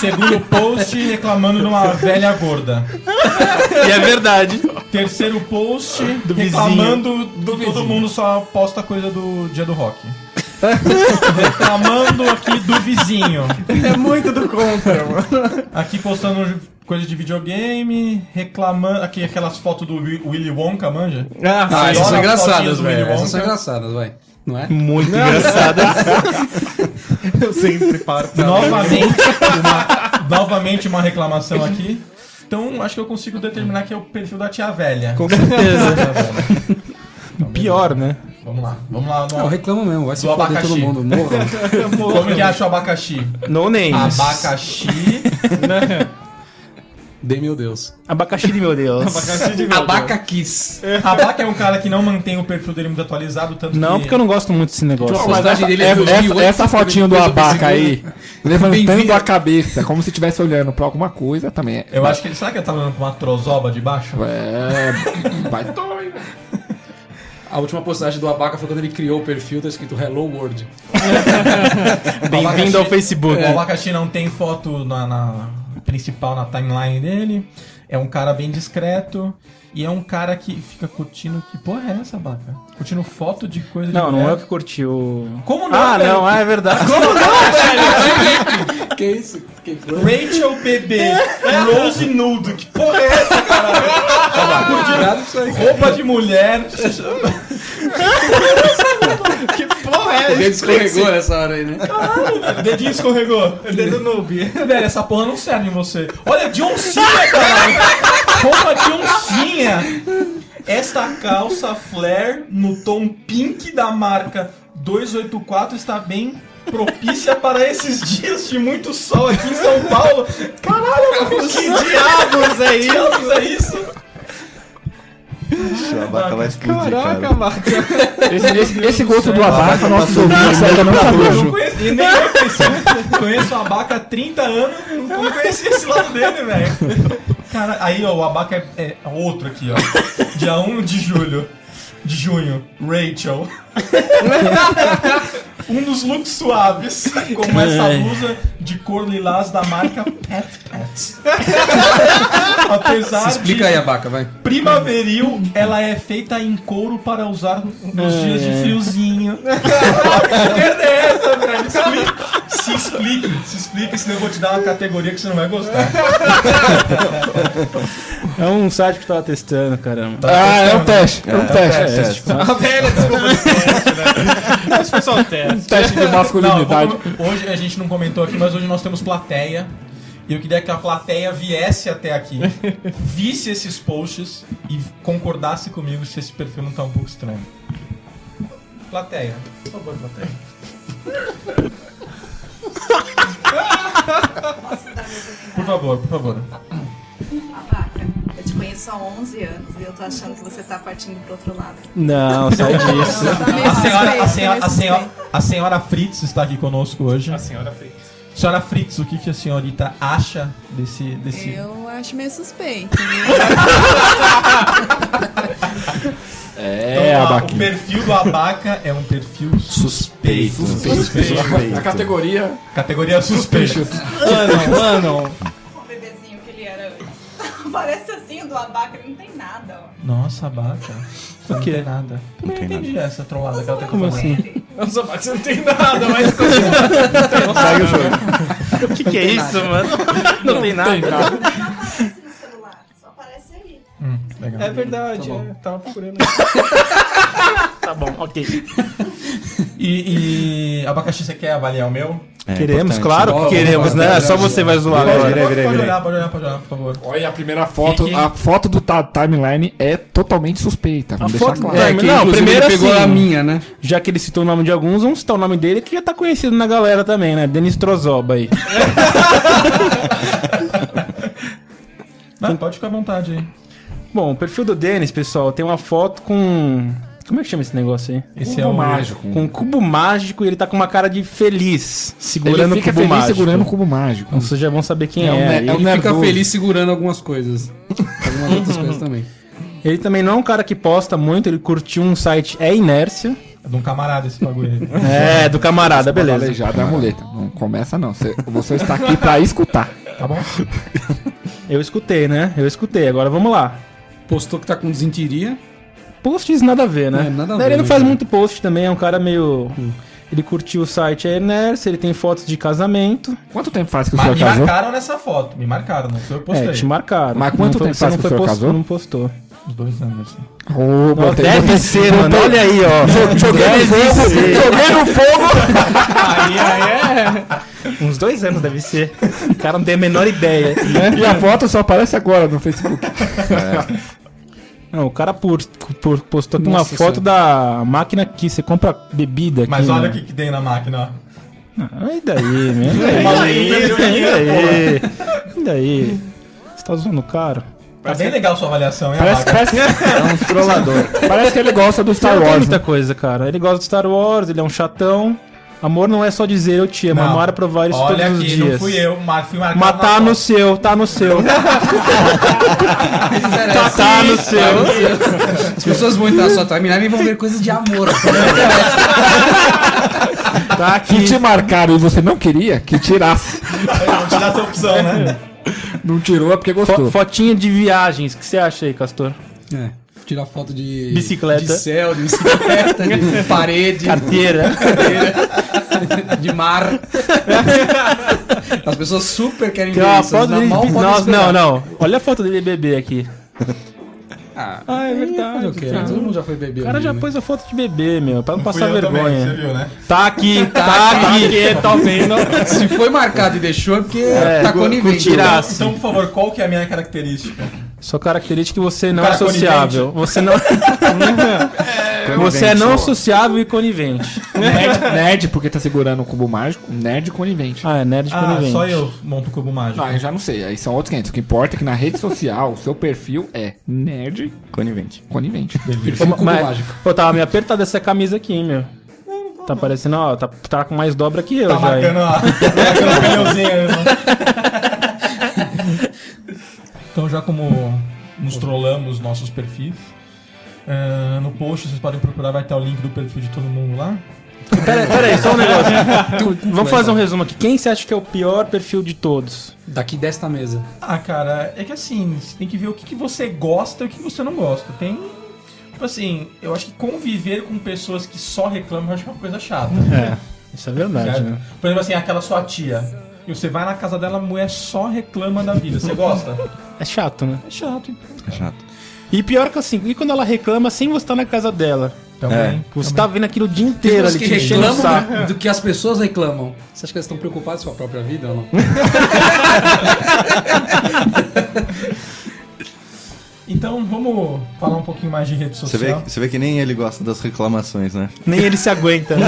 Segundo post, reclamando de uma velha gorda.
E é verdade.
Terceiro post,
Ah,
reclamando do todo mundo só posta coisa do dia do rock. reclamando aqui do vizinho.
É muito do contra, mano.
Aqui postando coisa de videogame, reclamando. Aqui aquelas fotos do Wi- Willy Wonka, manja?
Ah,
Ah, essas são
Adoro as fotinhas
engraçadas,
do Willy
velho.
Wonka.
Essas são engraçadas, vai. Não é?
Muito engraçada.
Eu sempre paro.
Novamente, uma, novamente uma reclamação aqui. Então acho que eu consigo determinar que é o perfil da tia velha.
Com certeza.
Tia velha.
Pior, né?
Vamos lá, vamos lá.
Não,
No...
reclama mesmo, vai se
Do
foder
abacaxi.
todo mundo. Morra.
Como que acha o abacaxi?
No names.
Abacaxi.
Dei meu Deus.
Abacaxi de meu Deus.
Abacaquis.
Abaca é um cara que não mantém o perfil dele muito atualizado, tanto
Não,
que...
porque eu não gosto muito desse negócio.
Pô, mas
essa,
a dele é
essa-
2008,
essa fotinha do
2008,
abaca aí, levantando
Bem-vindo.
a cabeça, como se estivesse olhando pra alguma coisa também. É,
Eu acho que ele. Será que ele tá falando com uma trozoba de baixo?
é vai
A última postagem do Abaca foi quando ele criou o perfil, tá escrito Hello World.
Bem-vindo ao Facebook.
É, O abacaxi não tem foto na, na- principal na timeline dele. É um cara bem discreto. E é um cara que fica curtindo. Que porra é essa, abaca? Curtindo foto de coisa
Não,
de
não é
mulher.
o que curtiu.
Como não?
Ah,
velho?
não, ah, é verdade.
que isso? Que
Rachel Bebê, Rose Nudo, que porra é essa, caralho?
Tá Cuidado isso aí.
Roupa de mulher. que porra é
Ele escorregou nessa hora aí, né?
Dedinho escorregou. É Dedo noob. Velho, essa porra não serve em você. Olha, de oncinha, caralho. Roupa de oncinha. Esta calça flare no tom pink da marca 284 está bem propícia para esses dias de muito sol aqui em São Paulo. Caralho, mano, que diabos é isso? diabos é isso?
Ixi, o abaca vai explodir, cara.
Abaca.
Esse, esse, esse gosto do abaca,
Abaca
nossos
passou
ouvintes
né?
ainda não
Eu não
sabiam.
conheço, e nem eu conheci. conheço o Abaca há 30 anos, não não conheci esse lado dele, velho. Cara, aí, ó, o Abaca é, é outro aqui, ó. Dia 1 de julho. De junho, Rachel. um dos looks suaves, como essa blusa de cor lilás da marca Pet Pet. Apesar
Explica
de
aí, Abaca, vai.
primaveril, ela é feita em couro para usar nos dias de friozinho. Que merda é essa, velho? Explica- Se explique, se explique, senão eu vou te dar uma categoria que você não vai gostar.
É um site que eu tava testando, caramba.
Ah, é um teste, é um teste.
Teste.
A velha desculpa do teste, né?
Mas foi só um teste.
Teste de masculinidade.
Não, vamos- hoje a gente não comentou aqui, mas hoje nós temos plateia. E eu queria que a plateia viesse até aqui, visse esses posts e concordasse comigo se esse perfil não tá um pouco estranho. Plateia. Por favor, plateia. Por favor, por favor.
Abaca, eu te conheço há 11 anos e eu tô achando que você tá partindo pro outro lado.
Não, sai disso.
Tá meio
A senhora, a,
suspeito,
senhora,
meio
a, senhora,
suspeito.
a senhora Fritz está aqui conosco hoje.
A senhora fez.
Senhora Fritz, o que, que a senhorita acha desse. desse...
Eu acho meio suspeito.
É,
Então, ah, o
Abaquinho.
perfil do Abaca é um perfil suspeito.
um
A categoria
Categoria suspeito.
peixes.
Mano, mano.
o bebezinho que ele era antes. Parece assim, o do abaca, ele não tem nada, ó.
Nossa, Abaca. Você não
quê?
tem nada. Eu não
tem
entendi essa trollada que ela tá
Como
falando.
assim?
Os abates não tem nada, mas.
Segue o jogo.
O que, que é isso, mano? Não tem nada.
Não aparece no celular, só aparece aí.
Hum, legal.
É verdade, é, tava procurando.
Tá bom, ok.
É
E, e, Abacaxi, você quer avaliar o meu?
É
queremos,
importante.
claro que
Ó,
queremos,
vamos
né?
lá,
Só
vamos lá.
você vai zoar
Pode
agora.
virar. Virei, virei,
pode
virei.
olhar, pode olhar, pode olhar, por favor.
Olha a primeira foto.
Fique-
A foto do ta- timeline é totalmente suspeita. Vamos deixar
foto-
claro.
É, que
não,
inclusive
primeiro
ele
pegou
pegou
a
a
minha, né?
Já que ele citou o nome de alguns, vamos citar o nome dele que já tá conhecido na galera também, né? Denis Trozoba aí.
Não, pode ficar à vontade aí.
Bom, o perfil do Denis, pessoal, tem uma foto com. Como é que chama esse negócio aí?
Esse
Cubo
é o
mágico.
Com um cubo mágico e ele tá com uma cara de feliz, segurando
Ele
o
fica
cubo
feliz
mágico.
segurando o cubo mágico.
Então vocês já vão saber quem
É,
é.
um ne-
Ele-
é um
Ele fica
nervoso.
feliz segurando algumas coisas. Algumas outras coisas também.
Ele também não é um cara que posta muito, ele curtiu um site É Inércia.
É de um camarada esse bagulho aí.
É, do camarada, beleza.
Aleijada é a muleta. Não começa não. Você, você está aqui pra escutar.
Tá bom?
Eu escutei, né? Eu escutei. Agora vamos lá.
Postou que tá com desentiria.
Posts nada a ver, né?
É, nada a
ele
ver,
não
né,
faz
cara?
muito post também, é um cara meio. Ele curtiu o site É Inércia, ele tem fotos de casamento.
Quanto tempo faz que o
Mas
senhor
me
casou?
marcaram nessa foto. Me marcaram, não foi eu que
É, te
postei.
marcaram.
Mas quanto
não foi-
tempo
você
faz
não
que
foi
o senhor
post-
casou?
Não postou.
Os dois anos. assim.
Ô, botei-
Deve
botei-
ser, mano.
botei-
Olha aí, ó.
Joguei no fogo! Joguei no fogo!
Aí, é. aí
Uns dois anos deve ser. O cara não tem a menor ideia.
E a foto só aparece agora no Facebook.
Não, o cara por, por- postou aqui uma
Nossa
foto da máquina que você compra bebida aqui.
Mas olha o
né?
que, que tem na máquina, ó.
Ah, e daí, né? E daí?
Maluco,
E daí? E daí? Você tá zoando o cara?
Tá bem legal sua avaliação, hein,
Parece,
Abaca?
parece,
É um trollador.
parece que ele gosta do Star
Ele tem
Wars.
muita
né?
coisa, cara. Ele gosta de Star Wars, ele é um chatão. Amor não é só dizer eu te amo,
Não.
amor é provar isso
Olha
todos
aqui,
os dias.
não fui eu, mas fui marcado
Mas tá
na
no seu, tá no seu. tá, tá no seu.
As pessoas vão entrar na sua timeline e vão ver coisas de amor.
Tá
Que tipo
aqui.
te marcaram e você não queria que tirasse.
foto. Vou te dar essa opção, né?
Não tirou é porque
Fo
gostou.
fotinha de viagens, o que você acha aí, Castor?
É. Tirar foto de.
Bicicleta.
De céu, de bicicleta, de parede,
Carteira.
de mar. As pessoas super querem
Tem
ver
uma
isso.
foto dele.
mal
de-
podem
Nossa,
esperar.
não, não. Olha a foto dele bebê aqui.
Ah,
Ah, é
mas
verdade.
eu quero. Todo mundo já foi beber.
O cara
um
já
dia, né?
pôs a foto de bebê, meu, pra não,
Fui
passar
eu também,
vergonha.
você viu, né?
tá aqui, tá, aqui, tá vendo?
Se foi marcado e deixou é porque
É,
tá conivente.
curtirá. Assim.
Então, por favor, qual que é a minha característica?
Sua característica é que você não é
cara
sociável. Você não. é você é não sociável e conivente.
Nerd, nerd porque tá segurando o cubo mágico. Nerd conivente.
Ah, é nerd
Ah,
conivente.
só eu monto o cubo mágico.
Ah, eu já não sei. Aí são outros 500. O que importa é que na rede social, o seu perfil é nerd
Conivente.
conivente.
Perfil cubo
Mas,
mágico.
pô, tava meio apertada essa camisa aqui, hein, meu. Tá parecendo, ó, tá, tá com mais dobra que eu
Tá
já. hein?
marcando a... marcando o pneuzinho aí, né? Então, já como nos trollamos nossos perfis, eh, no post vocês podem procurar, vai ter o link do perfil de todo mundo lá.
Pera, pera aí, só um negócio. Vamos fazer um resumo aqui. Quem você acha que é o pior perfil de todos?
Daqui desta mesa.
Ah, cara, é que assim, você tem que ver o que, que você gosta e o que você não gosta. Tem. Tipo assim, eu acho que conviver com pessoas que só reclamam eu acho que é uma coisa chata.
É, isso é verdade,
sabe?
né?
Por exemplo, assim, aquela sua tia. E você vai na casa dela, a mulher só reclama da vida. Você gosta?
É chato, né?
É chato.
É chato.
E pior que assim, e quando ela reclama sem você estar na casa dela?
É,
Também.
Você tá vendo aquilo o dia
Tem
inteiro
uns
ali,
que
te enchendo o saco.
reclamam né? do, do que as pessoas reclamam. Você acha que elas estão preocupadas com a própria vida ou não?
Então vamos falar um pouquinho mais de rede
Você vê,
social.
você vê que nem ele gosta das reclamações, né?
Nem ele se aguenta, né?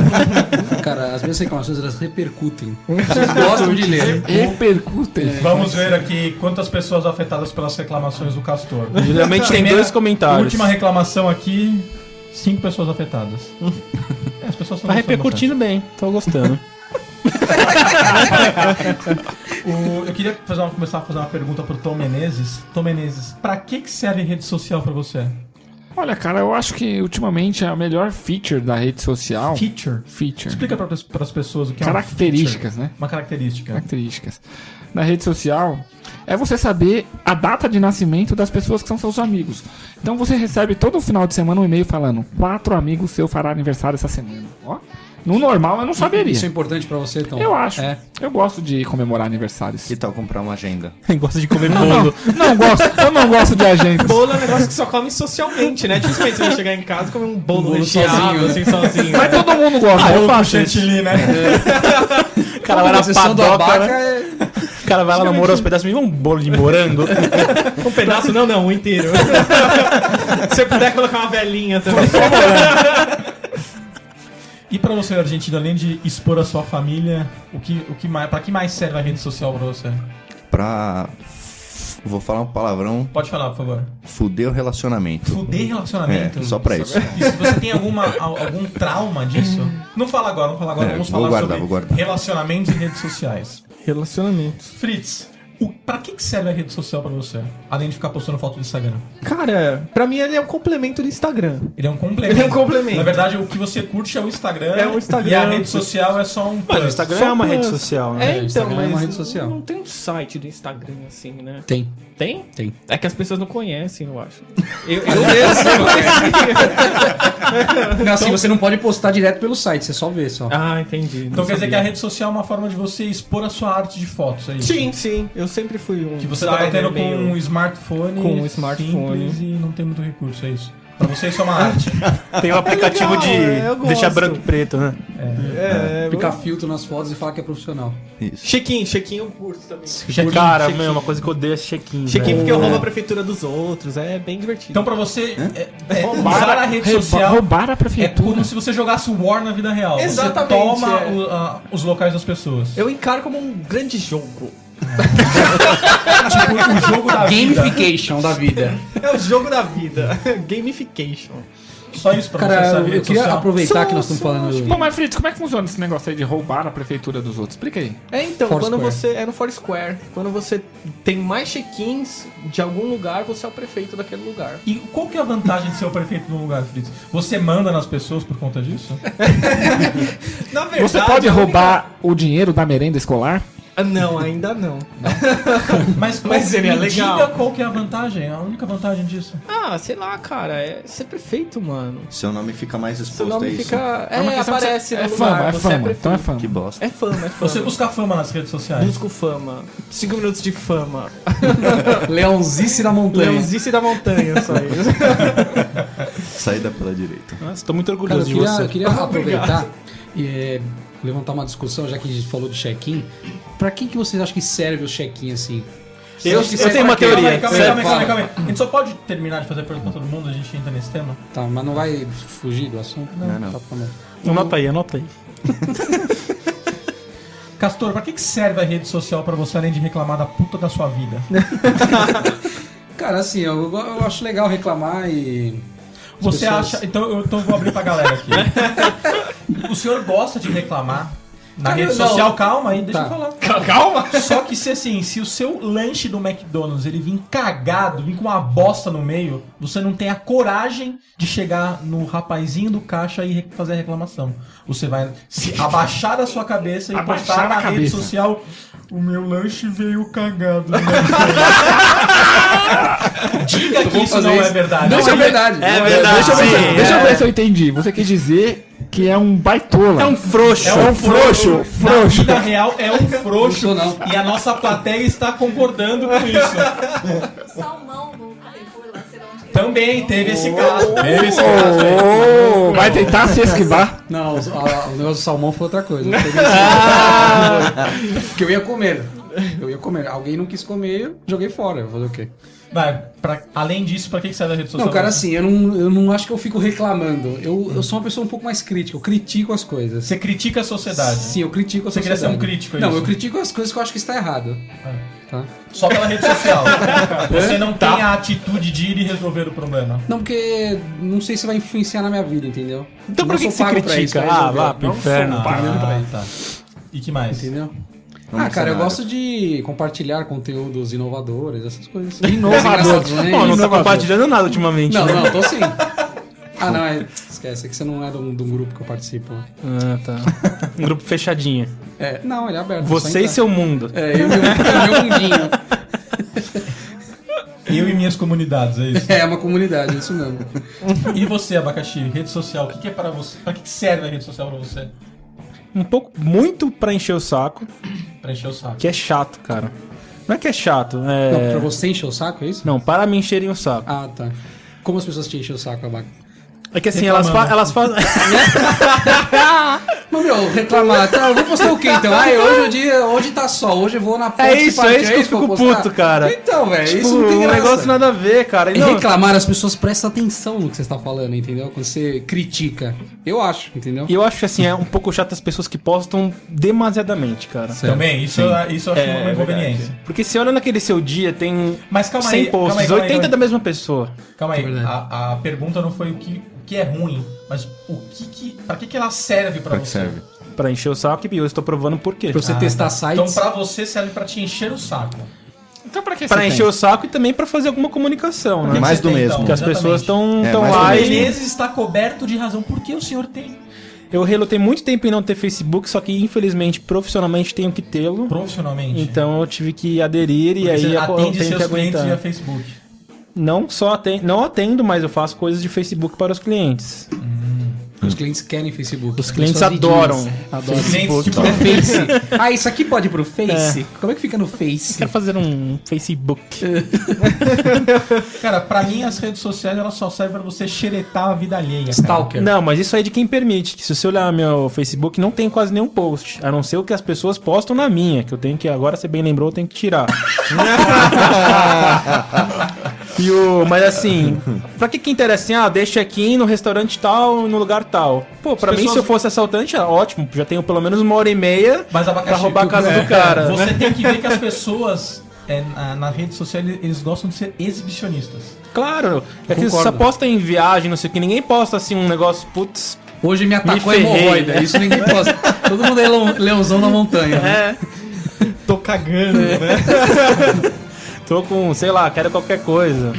Cara, as minhas reclamações elas repercutem. As pessoas gostam de ler.
Repercutem.
É.
Vamos ver aqui quantas pessoas afetadas pelas reclamações do Castor.
Geralmente tem
Primeira-
dois comentários.
Última reclamação aqui, cinco pessoas afetadas. É, As pessoas estão
Tá
gostando bastante.
repercutindo bem, tô gostando.
O- eu queria fazer uma- começar a fazer uma pergunta pro Tom Menezes. Tom Menezes, pra que, que serve rede social pra você?
Olha, cara, eu acho que ultimamente é a melhor feature da rede social.
Feature.
Feature.
Explica pra, pras pessoas o que é uma
Características,
feature.
né?
Uma característica.
Características. Na rede social é você saber a data de nascimento das pessoas que são seus amigos. Então você recebe todo final de semana um e-mail falando: quatro amigos seu fará aniversário essa semana. Ó, no normal eu não saberia.
Isso é importante pra você, então?
Eu acho.
É.
Eu gosto de comemorar aniversários.
Que tal comprar uma agenda?
Gosta de comer bolo.
Não gosto, eu não gosto de agentes.
Bolo é um negócio que só come socialmente, né? Dificilmente você vai chegar em casa e comer um bolo,
Bolo
recheado,
sozinho,
assim, sozinho.
Mas todo mundo
Ah,
gosta, eu faço. isso.
Chantilly, né?
O cara vai
Com
na
exceção do
padoca,
abaca,
né?
é-
o cara vai lá no moro aos pedaços, me vê um bolo de morango.
Um pedaço não, não, um inteiro. Se você puder colocar uma velhinha também.
E pra você, Argentina, além de expor a sua família, o que, o que mais, pra que mais serve a rede social pra você?
Pra. Vou falar um palavrão.
Pode falar, por favor.
Fuder o relacionamento.
Fuder relacionamento.
É, só pra isso.
E se você tem alguma, al- algum trauma disso? Não fala agora, não fala agora.
É,
Vamos
vou
falar
guardar,
sobre
vou guardar.
relacionamentos e redes sociais.
Relacionamento.
Fritz, o, pra que, que serve a rede social pra você? Além de ficar postando foto do Instagram.
Cara, pra mim ele é um complemento do Instagram.
Ele é um complemento.
Ele é um complemento.
Na verdade, o que você curte é o Instagram.
É o Instagram.
E a rede social é só um
Mas
plus.
o Instagram
Só
é uma
pra-
rede social, né?
É,
o
então,
Instagram
mas
é uma rede social.
não tem um site do Instagram assim, né?
Tem,
Tem?
tem.
É que as pessoas não conhecem, eu acho. Eu, eu mesmo.
Não, assim, você não pode postar direto pelo site, você só vê só.
ah, entendi.
Então quer dizer que a rede social é uma forma de você expor a sua arte de fotos, é isso?
Sim, sim. Eu sempre fui um.
Que você tá
designer
tendo com
meio-
um smartphone.
Com um smartphone.
Simples e não tem muito recurso, é isso. Pra você isso é uma arte.
Tem um aplicativo
legal, é, eu
de deixar
gosto.
branco e preto, né?
É,
Ficar filtro nas fotos e falar que é profissional.
Isso.
Chequinho, chequinho eu curto também.
é
Check-in, Cara, meu, uma coisa que eu odeio é check-in.
Chequinho
velho.
porque eu roubo a prefeitura dos outros. É bem divertido.
né? Então pra você é, é, usar a rede
Rouba-
social
Roubar a
é
prefeitura.
como se você jogasse War na vida real.
Exatamente,
Você toma
é.
o- a- os locais das pessoas.
eu encaro como um grande jogo.
tipo, o jogo da vida.
Gamification da vida.
É o jogo da vida. Gamification.
Só isso pra você
Cara,
saber.
eu
rede
queria
social.
aproveitar que nós estamos falando.
Bom, mas Fritz, como é que funciona esse negócio aí de roubar a prefeitura dos outros? Explica aí.
É, então,
Foursquare.
quando você. É no Foursquare. Quando você tem mais check-ins de algum lugar, você é o prefeito daquele lugar.
E qual que é a vantagem de ser o prefeito de um lugar, Fritz? Você manda nas pessoas por conta disso?
Na verdade.
Você pode
a única-
roubar o dinheiro da merenda escolar?
Ah, Não, ainda não.
Mas, qual,
Mas seria
me
legal.
Diga qual que é a vantagem, a única vantagem disso.
Ah, sei lá, cara. É ser prefeito, mano.
Seu nome fica mais exposto
Seu nome
a isso.
fica. É,
uma questão de
aparece
ser-
no
é
lugar.
fama, é
você
fama. então
é
é
prefeito.
fama.
Que bosta.
É fama, é fama.
Você busca fama nas redes sociais.
Busco fama. Cinco minutos de fama.
Leãozice na montanha.
Leãozice da montanha, só isso.
Saída pela direita.
Nossa, tô muito
Cara, eu
orgulhoso
queria, eu
de você.
queria aproveitar e é, levantar uma discussão, já que a gente falou do check-in. Pra quem que vocês acham que serve o check-in assim? Vocês
Eu-
acham que
eu
serve
tenho
pra
uma
quê?
Calma
teoria.
aí, calma aí,
Você
calma aí, calma aí,
fala.
calma aí. A gente só pode terminar de fazer pergunta pra todo mundo, a gente entra nesse tema.
Tá, mas não vai fugir do assunto? Não,
não.
Tá bom.
Anota aí, anota aí.
Castor, pra que, que serve a rede social pra você além de reclamar da puta da sua vida?
Cara, assim, eu, eu acho legal reclamar e. as
Você
pessoas-
acha. Então eu então eu vou abrir pra galera aqui. o senhor gosta de reclamar na
Cara,
rede
não.
social? Calma aí, deixa
Tá.
eu falar. Calma! Só que se assim, se o seu lanche do McDonald's ele vir cagado, vir com uma bosta no meio, você não tem a coragem de chegar no rapazinho do caixa e re- fazer a reclamação. Você vai se abaixar da sua cabeça e
Abaixar
postar na
a
rede
cabeça.
social. O meu lanche veio cagado. né?" Diga que
vou
isso
fazer
não é
isso.
verdade.
Não, é verdade.
É
Não
verdade.
Deixa eu, ver, se-
sim,
deixa eu
é.
ver se eu entendi. Você quer dizer que é um baitola.
É um frouxo.
É um frouxo. Na vida real é um frouxo.
Não sou, não.
E a nossa plateia está concordando com isso.
Salmão no Carrefour, lá será onde
Oh.
Também teve esse caso.
Ô, ô, vai tentar se esquivar.
Não, o, a- o negócio do salmão foi outra coisa. Eu peguei esse- Porque eu ia comendo. Eu ia comendo. Alguém não quis comer, eu joguei fora. Eu vou fazer o quê?
Vai, pra- além disso, pra que que sai da rede social?
Não, cara, assim, eu não, eu não acho que eu fico reclamando. Eu, eu sou uma pessoa um pouco mais crítica. Eu critico as coisas.
Você critica a sociedade.
Sim, eu critico a
Você queria
sociedade.
ser um crítico, é
Não,
isso? É.
eu critico as coisas que eu acho que está errado. Tá?
Só pela rede social.
É?
Você não tem a atitude de ir e resolver o problema.
Não, porque não sei se vai influenciar na minha vida, entendeu?
Então por
Não
que
sou
que você
pago pra
critica?
isso, pra
Ah,
resolver.
vá pro
Não sou
inferno.
pago pra
Ah,
isso,
tá. E que mais?
Entendeu?
Vamos
ah, cara, eu
cenário.
gosto de compartilhar conteúdos inovadores, essas coisas.
Inovador.
Engraçados, né?
Pô, não tá
Inovador.
compartilhando nada ultimamente.
Não,
né?
não, tô sim. Ah, não, é... esquece, é que você não é de um, de um grupo que eu participo. né?
Ah, tá. Um grupo fechadinho.
É, não, ele é aberto. é só
Você e
entrar.
seu mundo.
É, eu e o eu e o mundinho.
Eu e minhas comunidades, é isso.
É uma comunidade, é isso mesmo.
E você, Abacaxi, rede social, o que, que é para você? Pra que que serve a rede social pra você?
Um pouco, muito pra encher o saco,
Pra encher o saco.
que é chato, cara. Não é que é chato, é.
Não, pra você encher o saco, é isso?
Não, para me encherem o saco.
Ah, tá. Como as pessoas te enchem o saco, abaca?
É que assim, elas, fa-
Reclamando.
elas fazem.
Mas, meu, reclamar. Tá, eu vou postar o quê, então? Ah, hoje o dia, hoje tá sol, hoje eu vou na ponte
É
de
isso, é
Paraty,
isso que eu fico
vou postar?
puto, cara.
Então, velho,
tipo,
isso não tem
um
graça.
negócio nada a ver, cara. E
E
não-
reclamar, as pessoas prestam atenção no que você está falando, entendeu? Quando você critica. Eu acho, entendeu?
E eu acho que assim, é um pouco chato as pessoas que postam demasiadamente, cara.
Também, isso, isso eu acho
É,
uma
é
inconveniência.
Porque se olha naquele seu dia, tem
Mas calma
100
aí, calma
posts,
aí, calma aí,
80
calma aí.
da mesma pessoa.
Calma aí,
É verdade.
a, a pergunta não foi o que, o que é ruim, mas o que que, pra que que ela serve pra,
Pra que
você?
serve?
Pra encher o saco e eu estou provando por quê.
Pra você
Ah,
testar
Então
sites.
pra você serve pra te encher o
É
saco.
Então pra que
Pra
você
encher
tem?
o saco e também pra fazer alguma comunicação, né?
Mas- Mais
Você
do
tem, então?
mesmo.
Porque as pessoas
exatamente.
estão
É,
tão
mais do
lá
O
mesmo.
e...
Menezes está coberto de razão. Por que o senhor tem?
Eu relutei muito tempo em não ter Facebook, só que infelizmente, profissionalmente, tenho que tê-lo.
Profissionalmente.
Então eu tive que aderir e
Porque
aí
você
eu
atende
tenho que
seus clientes via
aguentar.
Facebook.
Não só atendo, não atendo, mas eu faço coisas de Facebook para os clientes.
Os clientes querem Facebook.
Os clientes
Pessoas
adoram.
idiotas.
Os clientes,
tá.
tipo,
É Face. Ah, isso aqui pode ir pro Face? Como é que fica no Face?
Quero fazer um Facebook.
Cara, pra mim as redes sociais elas só servem pra você xeretar a vida alheia. cara.
Stalker.
Não, mas isso aí é de quem permite. Que se você olhar meu Facebook, não tem quase nenhum post. A não ser o que as pessoas postam na minha, que eu tenho que, agora você bem lembrou, eu tenho que tirar. e o, mas assim, pra que que interessa assim, ah, deixa aqui no restaurante tal, no lugar tal? Pô, pra
As
mim,
pessoas-
se eu fosse assaltante, ah, ótimo, já tenho pelo menos uma hora e meia
Mas abacaxi,
pra roubar a
tu-
casa
é,
do cara. né?
Você tem que ver que as pessoas é, na, na rede social eles gostam de ser exibicionistas.
Claro, é que
Concordo.
só posta em viagem, não sei o que, ninguém posta assim um negócio, putz,
Hoje me atacou
Me
a
ferrei.
hemorroida. Isso ninguém posta. Todo mundo é leão- leãozão na montanha. né?
É. Tô cagando, né? Tô com, sei lá, quero qualquer coisa.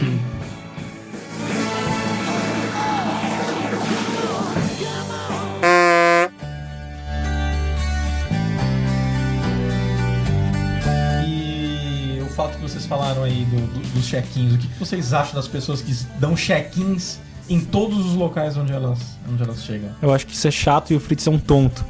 E o fato que vocês falaram aí do- do- dos check-ins, o que que vocês acham das pessoas que dão check-ins em todos os locais onde elas, onde elas chegam?
Eu acho que isso é chato e o Fritz é um tonto.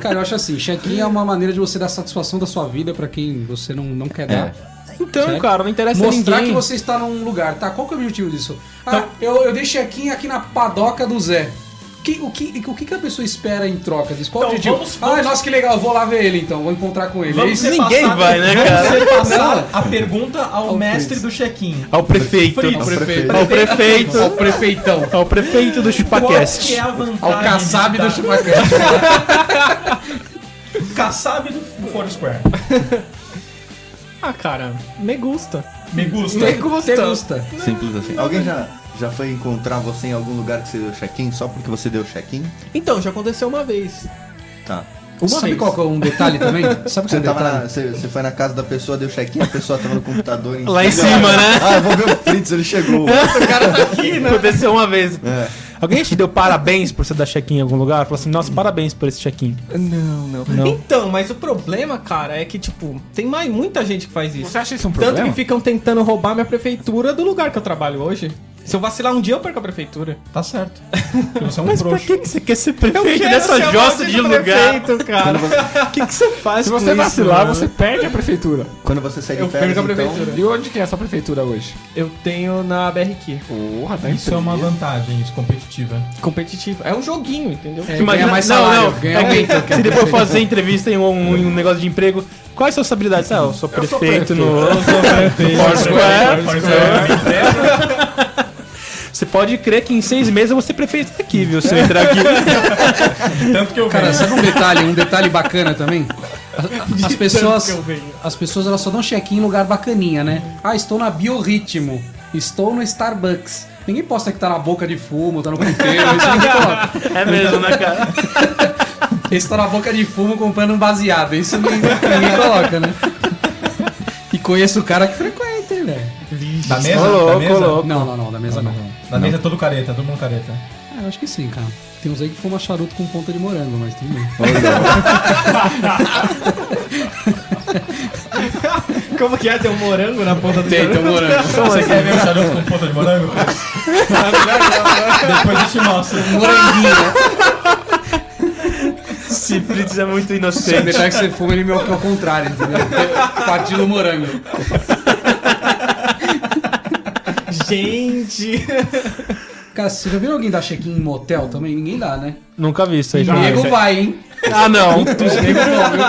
Cara, eu acho assim, check-in é uma maneira de você dar satisfação da sua vida pra quem você não, não quer dar.
Então,
Certo.
cara, não interessa
Mostrar
ninguém.
que você está num lugar, tá? Qual que é o objetivo disso? Ah, eu, eu dei check-in aqui na padoca do Zé. Que- o, que, o que que a pessoa espera em troca disso? Qual o
Então,
objetivo?
vamos- vamos-
Ah, nossa, que legal, eu vou lá ver ele então, vou encontrar com ele. É isso?
ninguém vai, né,
vamos
cara?
ser passar a pergunta ao
Ao
mestre
Fritz.
do check-in.
Ao prefeito.
Fritz,
Ao prefeito.
Ao prefeito.
Ao prefeitão.
Ao prefeito do
Qual que
ChupaCast.
é a
Ao
vantagem?
caçabe do
de dar-
chupacast.
Kassab do, do Foursquare.
Ah, cara, me gusta.
Me gusta.
Você gusta.
Simples assim. Alguém já, já foi encontrar você em algum lugar que você deu check-in só porque você deu check-in?
Então, já aconteceu uma vez.
Tá.
Uma
Sabe
vez.
qual que é um detalhe também? Sabe qual
Você,
é um
tava
detalhe?
na- você, você foi na casa da pessoa, deu check-in, a pessoa tava no computador em
Lá em cima, né?
Ah, eu vou ver o Fritz, ele chegou.
Aconteceu uma vez.
É.
Alguém te deu parabéns por você dar check-in em algum lugar? Falou assim, nossa, parabéns por esse check-in.
Não, não,
Não.
Então, mas o problema, cara, é que, tipo, tem mais, muita gente que faz isso.
Você acha isso um
Tanto que
problema?
ficam tentando roubar minha prefeitura do lugar que eu trabalho hoje. Se eu vacilar um dia, eu perco a prefeitura.
Tá certo. Porque você é um
Mas pra
frouxo.
que, que você quer ser prefeito
quero
dessa
ser
josta
voz
de
do
lugar?
prefeito, cara.
O que, que você faz
Se
com
você
isso,
vacilar,
mano?
você perde a prefeitura.
Quando você sai
É um
de
Eu
férias,
perco a
então...
prefeitura.
E onde que é a sua prefeitura hoje?
Eu tenho na BRQ.
Porra, tá
Isso é uma vantagem isso, competitiva. né?
Competitivo. É um joguinho, entendeu?
É,
Imagina,
ganha mais
não,
salário.
não.
Ganha
é que
muito.
se depois fazer entrevista em um, em um negócio de emprego, quais são as suas habilidades? Ah, eu sou prefeito no Foursquare. Você pode crer que em seis meses eu vou ser prefeito daqui, viu? Se eu entrar aqui.
Tanto que eu
Cara,
vejo.
sabe um detalhe, um detalhe bacana também? As- As pessoas,
que eu venho.
as pessoas elas só dão check-in em lugar bacaninha, né? Ah, estou na Biorritmo, estou no Starbucks. Ninguém posta que tá na boca de fumo, tá no ponteiro, isso ninguém coloca.
É mesmo, né, cara?
Esse tá na boca de fumo comprando um baseado, isso ninguém, ninguém coloca, né? E conheço o cara que frequenta, hein, velho?
Da mesa?
Ô, louco,
da mesa?
ô, louco.
Não, não, não, da mesa não.
Da mesa é todo careta, todo mundo careta.
Ah, eu acho que sim, cara. Tem uns aí que fuma charuto com ponta de morango, mas tudo bem.
Como que é? Tem um morango na ponta do
Tem, tem um morango.
Você quer ver o charuto com ponta de morango? Depois eu te mostro.
um
Esse Fritz é muito
Se
inocente.
deixar que você fuma, ele me ao contrário, entendeu? Partido morango.
Gente!
Cara, você já viu alguém dar check-in em motel também? Ninguém dá, né?
Nunca vi isso aí.
Diego vai, hein?
Ah, não.
Diego vai, viu?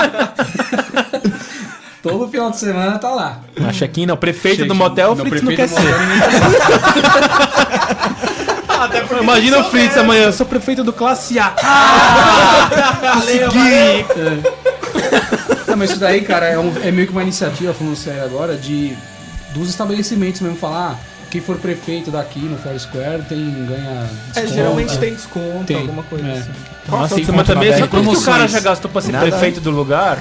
Todo final de semana tá lá.
Mas check-in não. Prefeito do motel, o Fritz não quer ser. Imagina o Fritz amanhã. Eu sou prefeito do Classe A. Consegui.
Não, mas isso daí, cara, é, um- é meio que uma iniciativa, falando sério agora, de dos estabelecimentos mesmo falar, ah, quem for prefeito daqui no Fair Square tem, ganha.
É,
desconto.
geralmente tem desconto,
Tem.
alguma coisa
É.
assim.
Nossa, mas
Tá
também
BR?
só quanto que o cara
Promoções. É.
já gastou pra ser prefeito do lugar?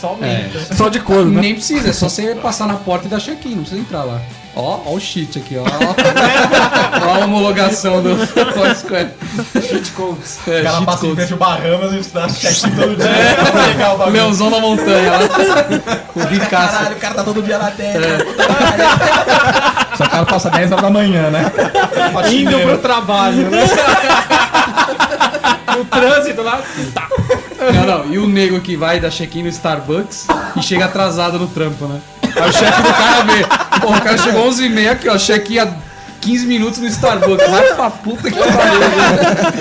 Só aumenta.
Só de couro, né?
Nem precisa, é só você passar na porta e dar check-in, não precisa entrar lá. Ó, ó o cheat aqui, ó. ó a homologação do Fair Square. Cheat codes. É,
O cara
cheat
passa em
codes.
frente ao Bahamas e dá check todo dia. É. Legal, o bagulho.
Leãozão da montanha lá. O ricaço.
Caralho, o cara tá todo dia na terra. Só que o cara passa 10 horas da manhã, né?
Indo pro trabalho, né? o trânsito lá. Tá.
Não, não. E o nego que vai dar check-in no Starbucks e chega atrasado no trampo, né? Aí o chefe do cara vê. Pô, o cara chegou 11 h 30 aqui, ó. Check-in há 15 minutos no Starbucks. Vai pra puta que pariu. né?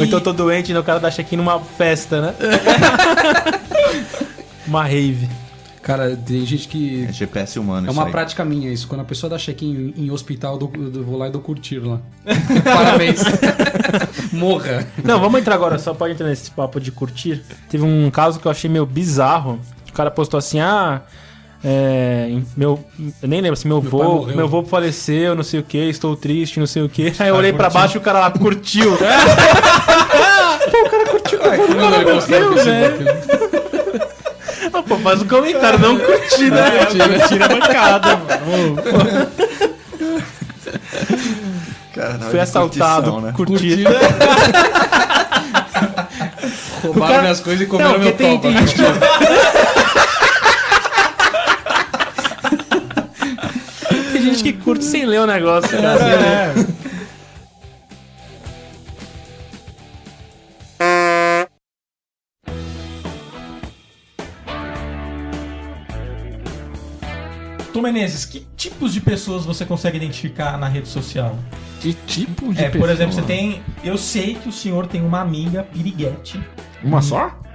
Ou então eu tô doente, né? O cara dá check-in numa festa, né? Uma rave.
Cara, tem gente que.
É GPS humano
É
isso
uma
aí.
prática minha isso. Quando a pessoa dá check-in em, em hospital, eu, dou- eu dou- vou lá e dou curtir lá. Parabéns. Morra.
Não, vamos entrar agora, só pode entrar nesse papo de curtir. Teve um caso que eu achei meio bizarro. O cara postou assim, ah. É, meu, eu nem lembro se assim, meu,
pai
vô,
morreu.
meu vô faleceu, não sei o que, estou triste, não sei o que. Aí eu olhei pra baixo e o cara lá curtiu. É, Meu, velho. Ah, Pô, faz um comentário, não curti, né? Tira a bancada, mano.
Caralho,
Fui é assaltado,
curtição, né?
curti.
Roubaram
cara-
minhas coisas e
Não,
comeram
porque
meu
tem,
toba.
tem gente que... tem gente que curte sem ler o negócio, né? cara.
Tu Menezes, que tipos de pessoas você consegue identificar na rede social?
Que tipo
é,
de
por
pessoa?
exemplo, você tem. Eu sei que o senhor tem uma amiga piriguete.
Uma só?
Ah,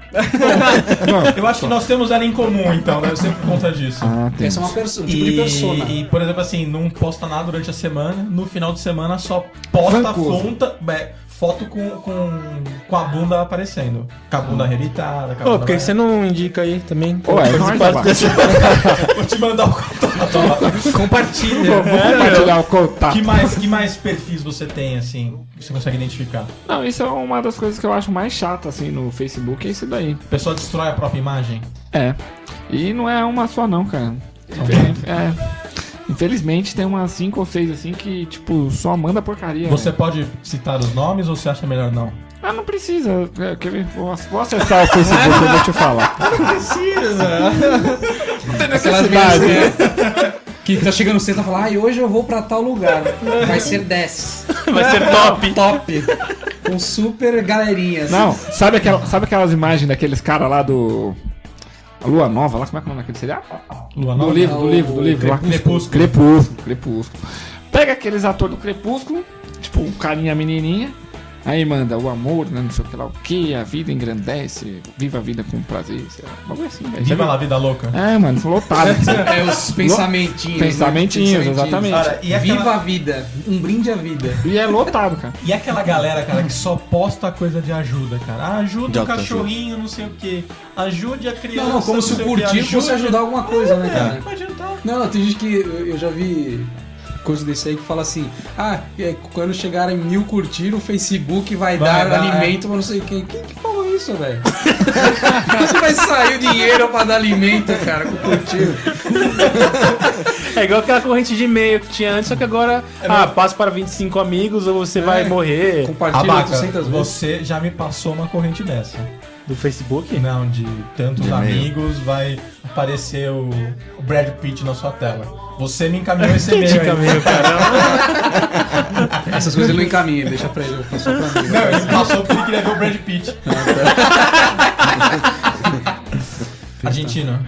Eu acho que nós temos ela em comum, então, né? Eu sei por conta disso.
Ah, tem.
Essa é uma perso- um
E,
tipo de persona.
e, por exemplo, assim, não posta nada durante a semana, no final de semana só posta
Vancoso.
fonta, é, foto com, com, com a bunda aparecendo. Com a bunda arrebitada, com a
Pô,
bunda
por que você não indica aí também?
Ué,
é.
Faz
nós,
parte
rapaz.
dessa-
Vou te mandar o contato.
Vou,
Compartilha.
vou compartilhar o contato.
Que mais, que mais perfis você tem, assim, que você consegue identificar?
Não, isso é uma das coisas que eu acho mais chata, assim, no Facebook, é isso daí.
A pessoa destrói a própria imagem?
É. E não é uma só não, cara. Infel- É. Infelizmente tem umas 5 ou 6 assim que, tipo, só manda porcaria.
Você
né?
pode citar os nomes ou você acha melhor não?
Ah, não precisa. É, Quer ver? Vou ac- vou acessar o Facebook, eu vou te falar.
Precisa.
né?
Necessidade.
Que tá chegando sexta e fala, ai, hoje eu vou pra tal lugar. Vai ser 10.
Vai ser top.
Top. Com super galerinha. assim.
Não, sabe, aquela, sabe aquelas imagens daqueles caras lá do. A Lua Nova, lá, como é que é o nome daquele serial?
Lua
Do
Nova?
Tá livro, do livro, do livro. lá.
Crepúsculo.
Crepúsculo, crepúsculo. Pega aqueles atores do crepúsculo, tipo, um carinha a menininha. Aí manda o amor, né, não sei o que lá, o que, a vida engrandece, viva a vida com prazer, sei lá, bagulho assim, velho.
Viva lá, vida louca.
É, mano, são lotados.
É os pensamentinhos. né?
Pensamentinhos, exatamente.
Cara, e aquela-
Viva a vida. Um brinde à vida.
e é lotado, cara.
E aquela galera, cara, que só posta coisa de ajuda, cara. Ah,
De
ajuda o
autoajuda.
cachorrinho, não sei o quê. Ajude a criança.
Não, não, como se
sei
o
quê.
curtir fosse
Ajude-
ajudar alguma coisa, né,
É,
cara?
pode ajudar.
Não, tem gente que eu eu já vi coisa desse aí que fala assim: ah, é, quando chegarem mil curtir, o Facebook vai,
Vai
dar, é."
dar,
alimento pra não sei quem. Quem que falou isso, velho? Como vai sair o dinheiro pra dar alimento, cara, com curtir?
É igual aquela corrente de e-mail que tinha antes, só que agora.
É,
ah, passa para 25 amigos ou você vai morrer
Compartilha
Abaca,
800 vezes.
você já me passou uma corrente dessa.
do Facebook?
Não, de tantos
De e-mail.
amigos vai aparecer o, o Brad Pitt na sua tela. Você me encaminhou esse
Quem te
e-mail. aí.
caminho, cara?
Essas coisas ele não encaminha, deixa pra ele, só pra mim.
Não, ele passou porque ele queria ver o Brad Pitt. Argentina,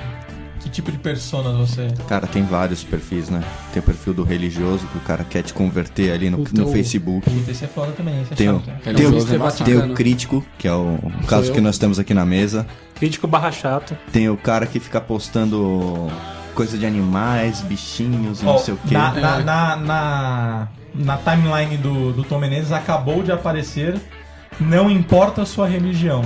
que tipo de persona você.
Cara, tem vários perfis, né? Tem o perfil do religioso, que o cara quer te converter ali no, no Facebook.
Puta, esse é foda também, esse é
Tem o,
chato.
tem, o,
Religioso é
tem o
bacana.
crítico, que é o, o caso
eu.
que nós temos aqui na mesa.
Crítico barra chato.
Tem o cara que fica postando coisa de animais, bichinhos, não
Ó,
sei o quê.
Na, na, na, na- na timeline do, do Tom Menezes acabou de aparecer Não importa a sua religião.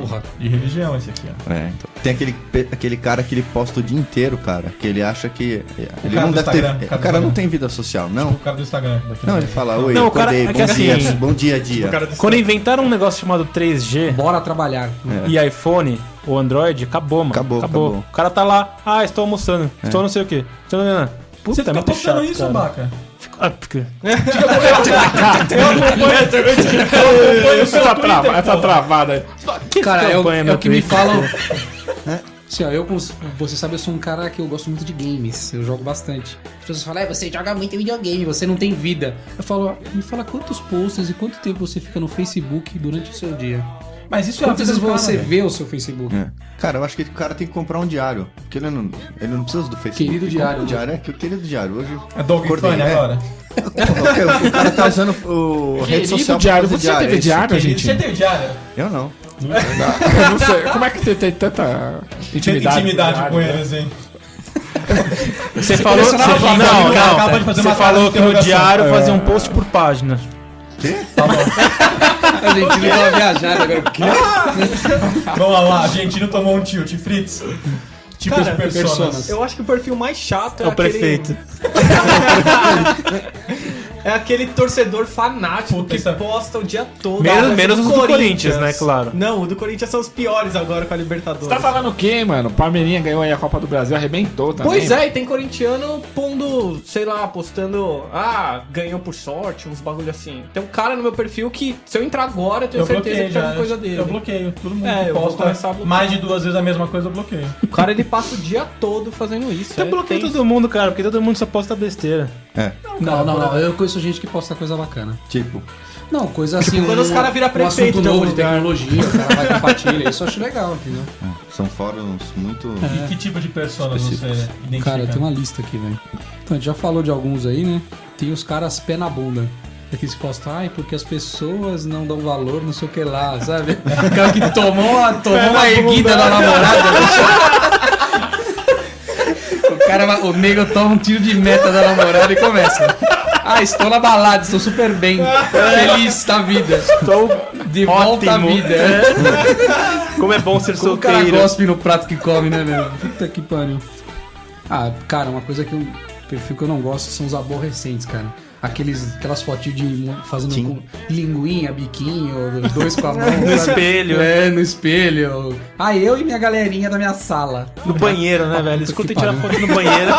Porra.
De religião esse aqui, ó.
É, então. Tem aquele, pe- aquele cara que ele posta o dia inteiro, cara, que ele acha que. é, Ele
cara
não
do
deve ter. é,
Instagram, o cara
O
do
cara não
Instagram.
tem vida social, não.
O cara do Instagram. daqui
Não,
na
ele
frente.
fala, oi,
Não, o cara-
acordei,
é que
bom dia,
assim-
bom dia, dia.
O cara do
Quando
Instagram.
inventaram um negócio chamado 3G
Bora trabalhar.
e iPhone ou Android, acabou, mano.
Acabou, acabou. É.
O cara tá lá, ah, estou almoçando, estou não sei o quê. né, Estou... Puta,
Você
tá
fica
tá muito
tá postando
chato,
isso,
cara.
Baca?
Ah, porque-
Essa, trava, essa travada aí.
Que
Cara, é o,
campanha
é
no
o que me
Twitter?
falam. Assim, ó, eu, como você sabe, eu sou um cara que eu gosto muito de games, eu jogo bastante. As pessoas falam, é, você joga muito videogame, você não tem vida. Eu falo, "Ah, me fala quantos posts e quanto tempo você fica no Facebook durante o seu dia.
Mas isso é a vida
Quantas vezes
do cara,
você
velho.
vê o seu Facebook?
É. Cara, eu acho que o cara tem que comprar um diário. Porque ele não, ele não precisa do Facebook.
Querido
Ele
diário,
compra um
né?
diário. É que o querido diário. Hoje.
É Dog
Acordei,
Funny
né?
agora.
o cara tá usando o rede social. pra
diário.
fazer
Você já teve
é isso.
diário,
Ele-
gente?
Você teve diário?
Eu não.
Eu não sei. Como é que você tem tanta intimidade? né?
Intimidade com eles, hein?
Você falou, você
colecionava
falou,
bagulho,
não,
cara,
não,
acaba de fazer
você
uma cara
falou
de
que no
interrogação.
É.
diário fazia um post por página.
A gente não tava viajando agora.
Vamos lá, a Argentina tomou um tilt. Fritz. Tipo de
Cara,
personas.
Eu acho que o perfil mais chato é,
É o
aquele...
prefeito.
É aquele torcedor fanático
Puta,
que
essa-
posta o dia todo.
Menos-
mas
menos
é
os do Corinthians, né, claro.
Não, o do Corinthians são os piores agora com a Libertadores.
Tá falando o quê, mano? Palmeirinha ganhou aí a Copa do Brasil, arrebentou também.
Pois é, e tem corintiano pondo, sei lá, postando, ah, ganhou por sorte, uns bagulho assim. Tem um cara no meu perfil que, se eu entrar agora, eu tenho
Eu
certeza
bloqueei
que tem
já.
alguma coisa dele.
Eu bloqueio. Todo mundo
É,
que
eu vou começar
posta
a bloquear.
mais de duas vezes a mesma coisa, eu bloqueio.
O cara, ele passa o dia todo fazendo isso.
Você
é
bloqueia
tenso.
todo mundo, cara, porque todo mundo só posta besteira.
Não, não, não. Eu conheço gente que posta coisa bacana.
É, Tipo,
Não, coisa assim.
Tipo, quando os cara vira prefeito
Um
de
assunto novo
algum
de tecnologia, o cara vai e compartilha. Isso eu acho legal, entendeu?
são fóruns muito.
É.
E que tipo de persona você identifica?
Cara, tem uma lista aqui, velho. Então, a gente já falou de alguns aí, né? Tem os caras pé na bunda. Aqueles que postam, ai, porque as pessoas não dão valor, não sei o que lá, sabe? O cara que tomou, a- tomou uma erguida da namorada. bicho. o cara, vai- o nego toma um tiro de meta da namorada e começa. Ah, estou na balada, estou super bem. Feliz da vida.
Então,
De volta à
Ótimo.
vida.
como é bom ser
Como o cara
solteiro.
gospe no prato que come, né, meu? Puta que pariu. Ah, cara, uma coisa que eu. Perfil que eu não gosto são os aborrecentes, cara. Aqueles, aquelas fotinhas de mo- fazendo com linguinha, biquinho, dois com a mão.
No espelho.
É, no espelho. Ah, eu e minha galerinha da minha sala. Ah,
No banheiro, né, velho? Eles
Puta que
curtem tirar
pariu.
foto no banheiro.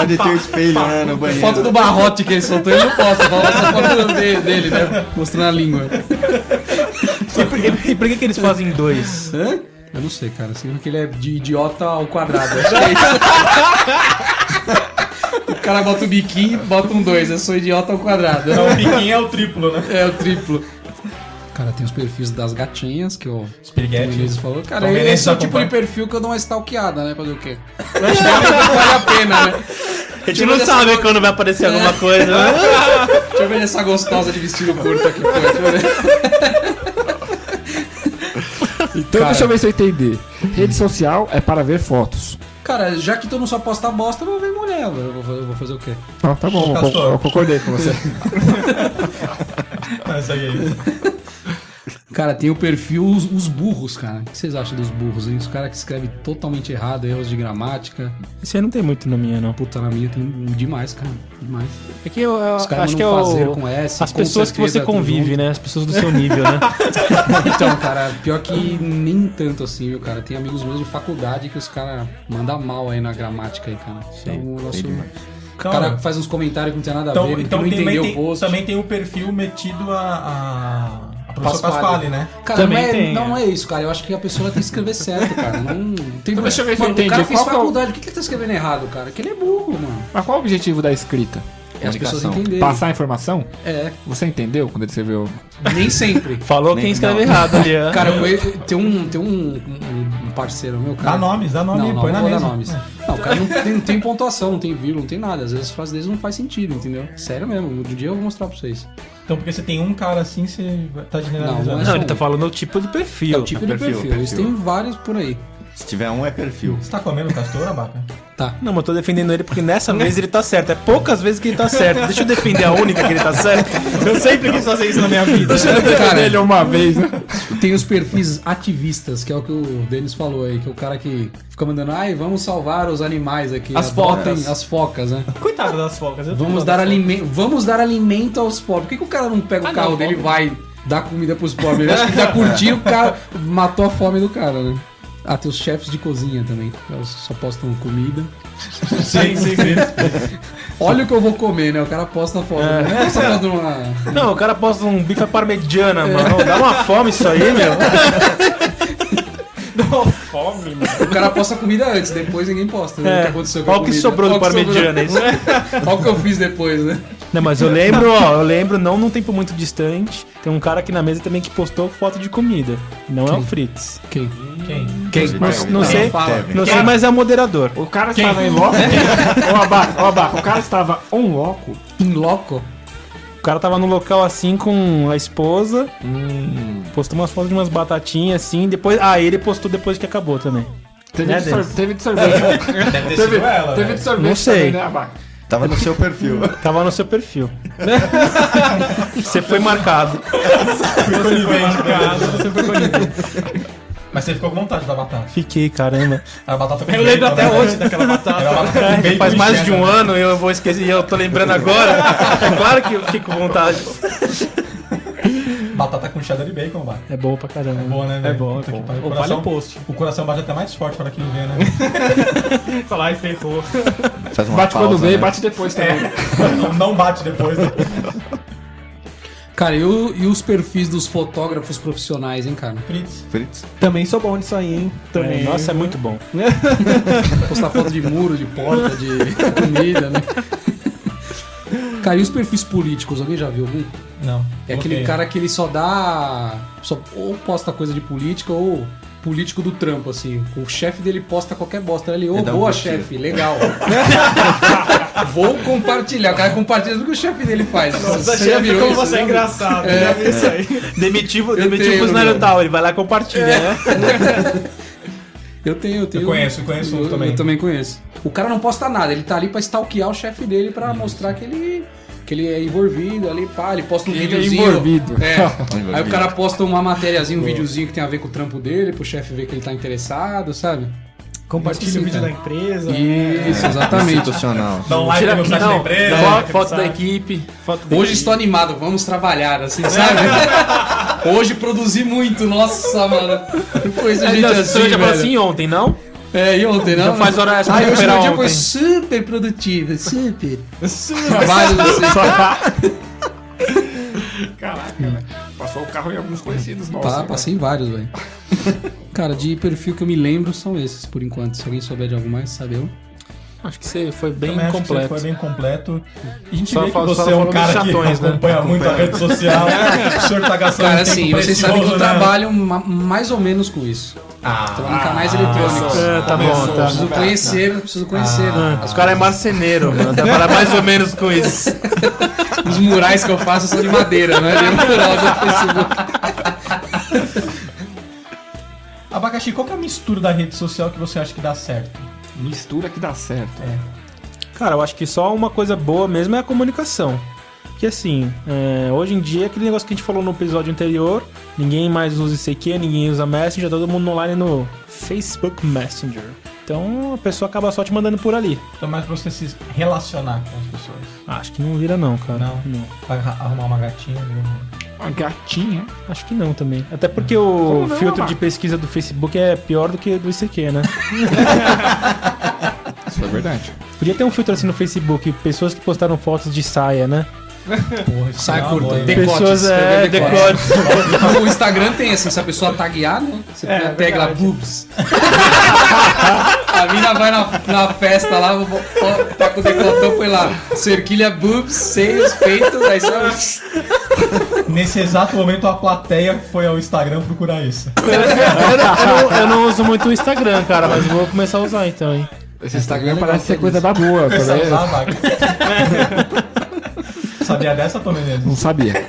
Onde tem o espelho, né? No banheiro.
Foto do barrote que ele soltou, ele não posta. Fala só foto dele, dele, né? Mostrando a língua.
E por, que- e por que, que eles fazem dois?
Hã? Eu não sei, cara. Significa que ele é de idiota ao quadrado. Acho que é isso. o cara bota o biquinho e bota um dois. Eu sou idiota ao quadrado.
Não, o biquinho é o triplo, né?
É o triplo. Cara, tem os perfis das gatinhas que o
Os piriguetes.
o Vinícius falou. Cara,
Também nem
esse é o
se
tipo de
acompanha.
perfil que eu dou uma stalkeada, né? Fazer o quê? Eu acho que vale a pena, né? É.
A gente não sabe quando vai aparecer alguma coisa, né?
Deixa eu ver essa gostosa de vestido curto aqui. Pô. Deixa eu ver.
Então deixa eu ver se eu entendi. Rede social é para ver fotos.
Cara, já que tu não só posta bosta, eu vou ver mulher. Eu vou, eu vou fazer o quê?
Ah, tá bom, eu, co- eu concordei com você.
Ah, segue aí.
Cara, tem o perfil Os, Os Burros, cara. O que vocês acham dos burros, hein? Os caras que escrevem totalmente errado, erros de gramática.
Isso aí não tem muito na minha, não.
Puta, na minha tem demais, cara. Demais.
É que eu, eu
Os caras
acho que é
mandam fazer
o...
com S,
as
com
pessoas que você
certeza, tudo
convive,
junto.
né? As pessoas do seu nível, né?
Então, cara, pior que nem tanto assim, viu, cara? Tem amigos meus de faculdade que os caras mandam mal aí na gramática aí, cara. Então, o nosso... O
Então,
cara
Calma.
faz uns comentários que não tem nada a
Então,
ver,
então
que não
tem,
entendeu
tem-
o post.
também tem o perfil metido a, a, a professora
Pasquale.
Pasquale, né?
Cara,
Também
não, é,
tem,
não é isso, cara. Eu acho que a pessoa ela tem que escrever certo, cara. Não tem
Então, deixa eu ver se eu
Mano, O
entendi.
cara fez
Qual que é o-
faculdade. O que que ele tá escrevendo errado, cara? Que ele é burro, mano.
Mas qual o objetivo da escrita?
É as pessoas
Comunicação.
entenderem.
Passar a informação?
É,
Você entendeu quando ele escreveu?
nem sempre.
Falou
Nem-
quem escreve
não.
errado ali, né?
Cara, eu conheço- tem um, tem um, um- um parceiro meu, cara.
Dá nomes, dá nome,
Não,
aí,
não,
põe
não
na
vou dar
mesa.
nomes. Não, o cara não tem, não tem pontuação, não tem vírgula, não tem nada. Às vezes as frases deles não faz sentido, entendeu? Sério mesmo, um dia eu vou mostrar pra vocês.
Então, porque você tem um cara assim, você vai- tá generalizando.
Não, é um.
Não, ele tá falando o tipo de perfil.
Tipo
É
de
perfil,
perfil, eles
perfil.
têm vários por aí.
Se tiver um, é perfil.
Você tá comendo castor, abaca?
Tá.
Não, mas eu tô defendendo ele porque nessa vez ele tá certo. É poucas vezes que ele tá certo. Deixa eu defender a única que ele tá certo. Eu sempre quis fazer isso na minha vida.
Cara,
Ele uma vez, né?
Tem os perfis ativistas, que é o que o Denis falou aí, que é o cara que fica mandando, ai, vamos salvar os animais aqui.
As
adotem
focas.
As focas, né?
Coitado das focas. eu tô
Vamos
falando
dar,
das focas.
alime... vamos dar alimento aos pobres. Por que, que o cara não pega
Ah,
o carro
não,
dele e
pobre.
vai dar comida pros pobres? Ele acha que já curtiu, o cara matou a fome do cara, né? Ah, tem os chefes de cozinha também. que Elas só postam comida.
Sim, sim, sim.
Olha o que eu vou comer, né? O cara posta foto.
É.
Não é posta foto de uma-
Não, o cara posta um bife à parmegiana,
É.
mano. Dá uma fome isso aí, meu.
O cara posta comida antes, depois ninguém posta. Né? O que aconteceu com a
É. Olha o que
comida.
sobrou do
Olha o que sobrou. É.
parmegiana, é isso.
Olha o que eu fiz depois, né?
Não, mas eu lembro, ó, eu lembro, não num tempo muito distante, tem um cara aqui na mesa também que postou foto de comida. Não é o Fritz.
Quem?
Quem?
Quem?
Ele
Não,
tá-
não
ele
sei.
tá- Teve.
Não sei, mas é o moderador.
O cara estava em loco. Ó, abaco, ó, abaco. O cara estava on loco.
In loco?
O cara tava no local assim com a esposa,
Hum.
postou umas fotos de umas batatinhas assim, depois. Ah, ele postou depois que acabou também.
Teve,
Né,
de, sor- teve de sorvete.
Deve ter sido ela,
teve
velho.
de sorvete.
Não sei.
também, né, abaco?
Tava no seu perfil.
Tava no seu perfil. Você foi marcado.
Você foi marcado, você foi conivente. Mas você ficou com vontade da batata.
Fiquei, caramba.
A batata Eu lembro até hoje daquela batata. Era uma batata né? com bacon
Faz
e
mais de
né?
cheddar.
um ano e eu vou esquecer e eu tô lembrando agora. É claro que eu fiquei com vontade.
Batata com cheddar e bacon, vai.
É bom pra caramba.
É boa, né? velho?
bom, é
Puta que
bom.
pariu.
Ou
O
vale
coração,
o post.
o coração bate até mais forte para aquilo ver, né?
Falar e ferrou.
Faz uma
Bate quando
pausa,
vem,
né?
bate depois também.
É. não, não bate depois. Né?
Cara, e, o- e os perfis dos fotógrafos profissionais, hein, cara?
Fritz.
Fritz.
Também sou bom nisso aí, hein?
É,
Também.
nossa, é muito bom.
Postar foto de muro, de porta, de comida, né? Cara, e os perfis políticos? Alguém já viu algum?
Não.
É aquele
bloqueio.
cara que ele só dá. Só, ou posta coisa de política ou político do trampo, assim. O chefe dele posta qualquer bosta. né? Ele, ô,
Ele dá um
boa,
curtir.
chefe, legal. Vou compartilhar. O cara compartilha tudo que o chefe dele faz.
Nossa,
já
chefe,
virou
como
isso,
você é
né?
engraçado.
É.
Já vi isso aí.
Demitiu,
Eu
demitiu o
tenho,
funcionário
meu.
tal, ele vai lá e compartilha, né?
Eu tenho, eu tenho.
conheço, eu conheço um
eu,
também.
Eu também conheço. O cara não posta nada, ele tá ali pra stalkear o chefe dele pra mostrar que ele. Que ele é envolvido ali, pá, ele posta um
Ele é
videozinho.
envolvido.
É. Aí o cara posta uma matériazinha, um videozinho que tem a ver com o trampo dele, pro chefe ver que ele tá interessado, sabe? tá?
Compartilha o vídeo da empresa.
Isso, exatamente.
Institucional.
Dá um like no site da empresa.
Fo-
que
foto
sabe.
da equipe, foto da
Hoje
equipe.
estou animado, vamos trabalhar, assim, sabe? Hoje produzi muito, nossa, mano. Coisa
É,
gente
não,
assim,
você já falou
velho.
assim ontem, não?
É, e ontem, né?
Já faz hora extra
Ah,
pra
hoje
recuperar
meu dia foi
ontem.
super produtivo, super. Trabalho, assim.
Caraca, velho. Passou o carro em alguns conhecidos
Pá,
nossos.
tá. passei em vários, velho. Cara, de perfil que eu me lembro são esses, por enquanto. Se alguém souber de algo mais, sabe eu.
Acho que você foi bem
Também acho que você
completo.
foi bem completo. E a gente
Só
vê que
fala- só
você é um
falou
cara
dos chatões,
que
né?
acompanha muito a rede social. o senhor tá gastando
Cara,
tempo
assim, vocês sabem que eu
precioso, né?
trabalho ma- mais ou menos com isso.
Ah,
Trabalho em canais eletrônicos.
É, tá bom, tá.
Preciso conhecer, preciso conhecer.
Os caras é marceneiro, mano. Trabalha mais ou menos com isso.
Os murais que eu faço são de madeira, não é de mural do Facebook.
Abacaxi, qual que é a mistura da rede social que você acha que dá certo?
Mistura que dá certo.
Cara, eu acho que só uma coisa boa mesmo é a comunicação. Que assim, é, hoje em dia, aquele negócio que a gente falou no episódio anterior, ninguém mais usa ICQ, ninguém usa Messenger, tá todo mundo online no Facebook Messenger. Então a pessoa acaba só te mandando por ali. Ah,
Então, mais pra você se relacionar com as pessoas.
Acho que não vira, não, cara.
Não? Pra arra- arrumar uma gatinha. né?
Uma gatinha.
Acho que não também. Até porque o
Como não,
filtro de
Marcos?
pesquisa do Facebook é pior do que do ICQ, né?
Isso é verdade.
Podia ter um filtro assim no Facebook, pessoas que postaram fotos de saia, né?
Porra, isso
Sai
é uma
curta,
boa, hein?
Decotes,
pessoas é,
escrever decotes.
decote.
O Instagram tem assim, se a pessoa taguear, né? Você pega tecla boobs. A mina vai na, na festa lá, bo- bo- tá com o decoltão, põe lá, cerquilha boobs, seios, peitos, aí só...
Nesse exato momento, a plateia foi ao Instagram procurar isso.
Eu não, eu não- eu não uso muito o Instagram, cara, mas vou começar a usar então, hein?
Esse Instagram parece ser coisa da boa, tá
Sabe
vendo?
lá, Baca? Sabia dessa, Tom Menezes?
Não sabia.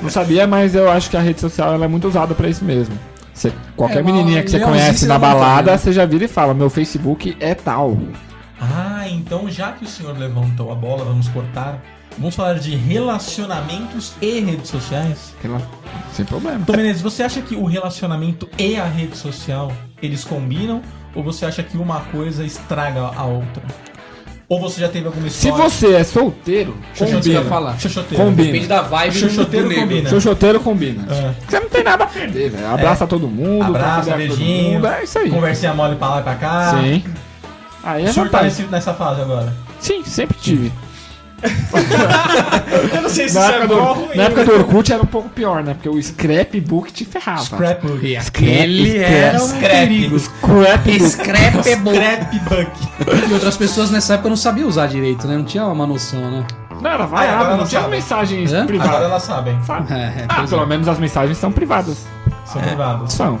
Não sabia, mas eu acho que a rede social ela é muito usada pra isso mesmo. Você- qualquer
É, uma
menininha que você
leãozinho
conhece
você
na
levanta,
balada,
né?
você já vira e fala: Meu Facebook é tal.
Ah, então já que o senhor levantou a bola, vamos cortar. Vamos falar de relacionamentos e redes sociais.
Sei lá, Sem problema.
Tom Menezes, você acha que o relacionamento e a rede social eles combinam? Ou você acha que uma coisa estraga a outra? Ou você já teve alguma
Se
história?
você é solteiro,
Xoxoteiro
combina.
vai falar.
Xoxoteiro.
Combina.
Depende da vibe do, do
Xoxoteiro
nego.
combina.
Xoxoteiro combina.
É.
Você não tem nada a perder, velho.
É.
Abraça todo mundo,
Abraça,
considera todo
beijinho.
mundo, É isso aí.
Conversinha mole pra lá e pra cá.
Sim. Aí
O
é
senhor tá
vantagem.
nesse- nessa fase agora.
Sim, sempre tive.
Eu não sei se
é
Na época, do, na
né?
época do Orkut era um pouco pior, né? Porque o scrapbook te ferrava.
Scrapbook.
Ele era um
Scrap.
Scrapbook.
Scrapable.
Scrapbook.
é E outras pessoas nessa época não sabiam usar direito, né? Não tinha uma noção, né?
Não, era vai,
Ah, agora
ah, não
não
tinha
sabe.
mensagem
Hã?
Agora
privada.
elas sabem.
Sabe?
É,
Ah, pelo menos as mensagens são privadas.
São privadas.
São.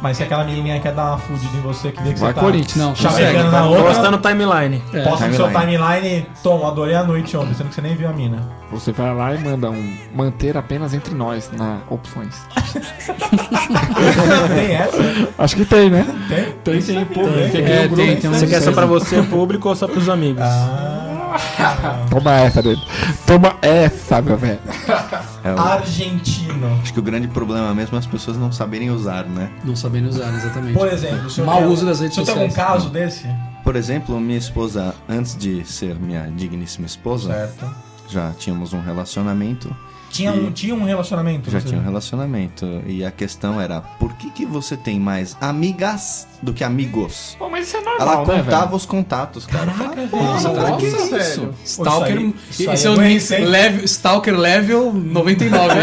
Mas se aquela menininha quer dar uma fudida em você, que vê que
Vai,
você tá
Corinthians.
Não, consegue.
chavecando na outra,
Posta no timeline.
posta no seu timeline. Tom, adorei a noite ontem, sendo que você nem viu a mina.
Você vai lá e manda um manter apenas entre nós na opções.
Tem essa?
Acho que tem, né?
Tem?
Tem sim, pô. Tem, tem,
É,
um
tem,
grupo.
tem um-
Você quer só pra você, público, ou só pros amigos?
Ah,
Toma essa dele. Toma essa, meu velho.
É, o-
argentino.
Acho que o grande problema mesmo é as pessoas não saberem usar, né?
não sabendo usar, exatamente.
Por exemplo, o senhor
Mau
tem-
uso das redes
O senhor tem algum
sociais.
um caso desse?
Por exemplo, minha esposa, antes de ser minha digníssima esposa,
Certo.
já tínhamos um relacionamento.
Tinha um, tinha um relacionamento?
Já
você-
tinha um relacionamento. E a questão era, por que, que você tem mais amigas do que amigos?
Pô, mas isso é
Ela
normal, né,
contava
velho?
os contatos, cara. Eu falava, "Pô,
Nossa,
cara,
nossa,
que isso?"
velho.
Isso aí-
Stalker.
isso aí
Esse
é
é o
doença, hein?
level, Stalker level 99. né?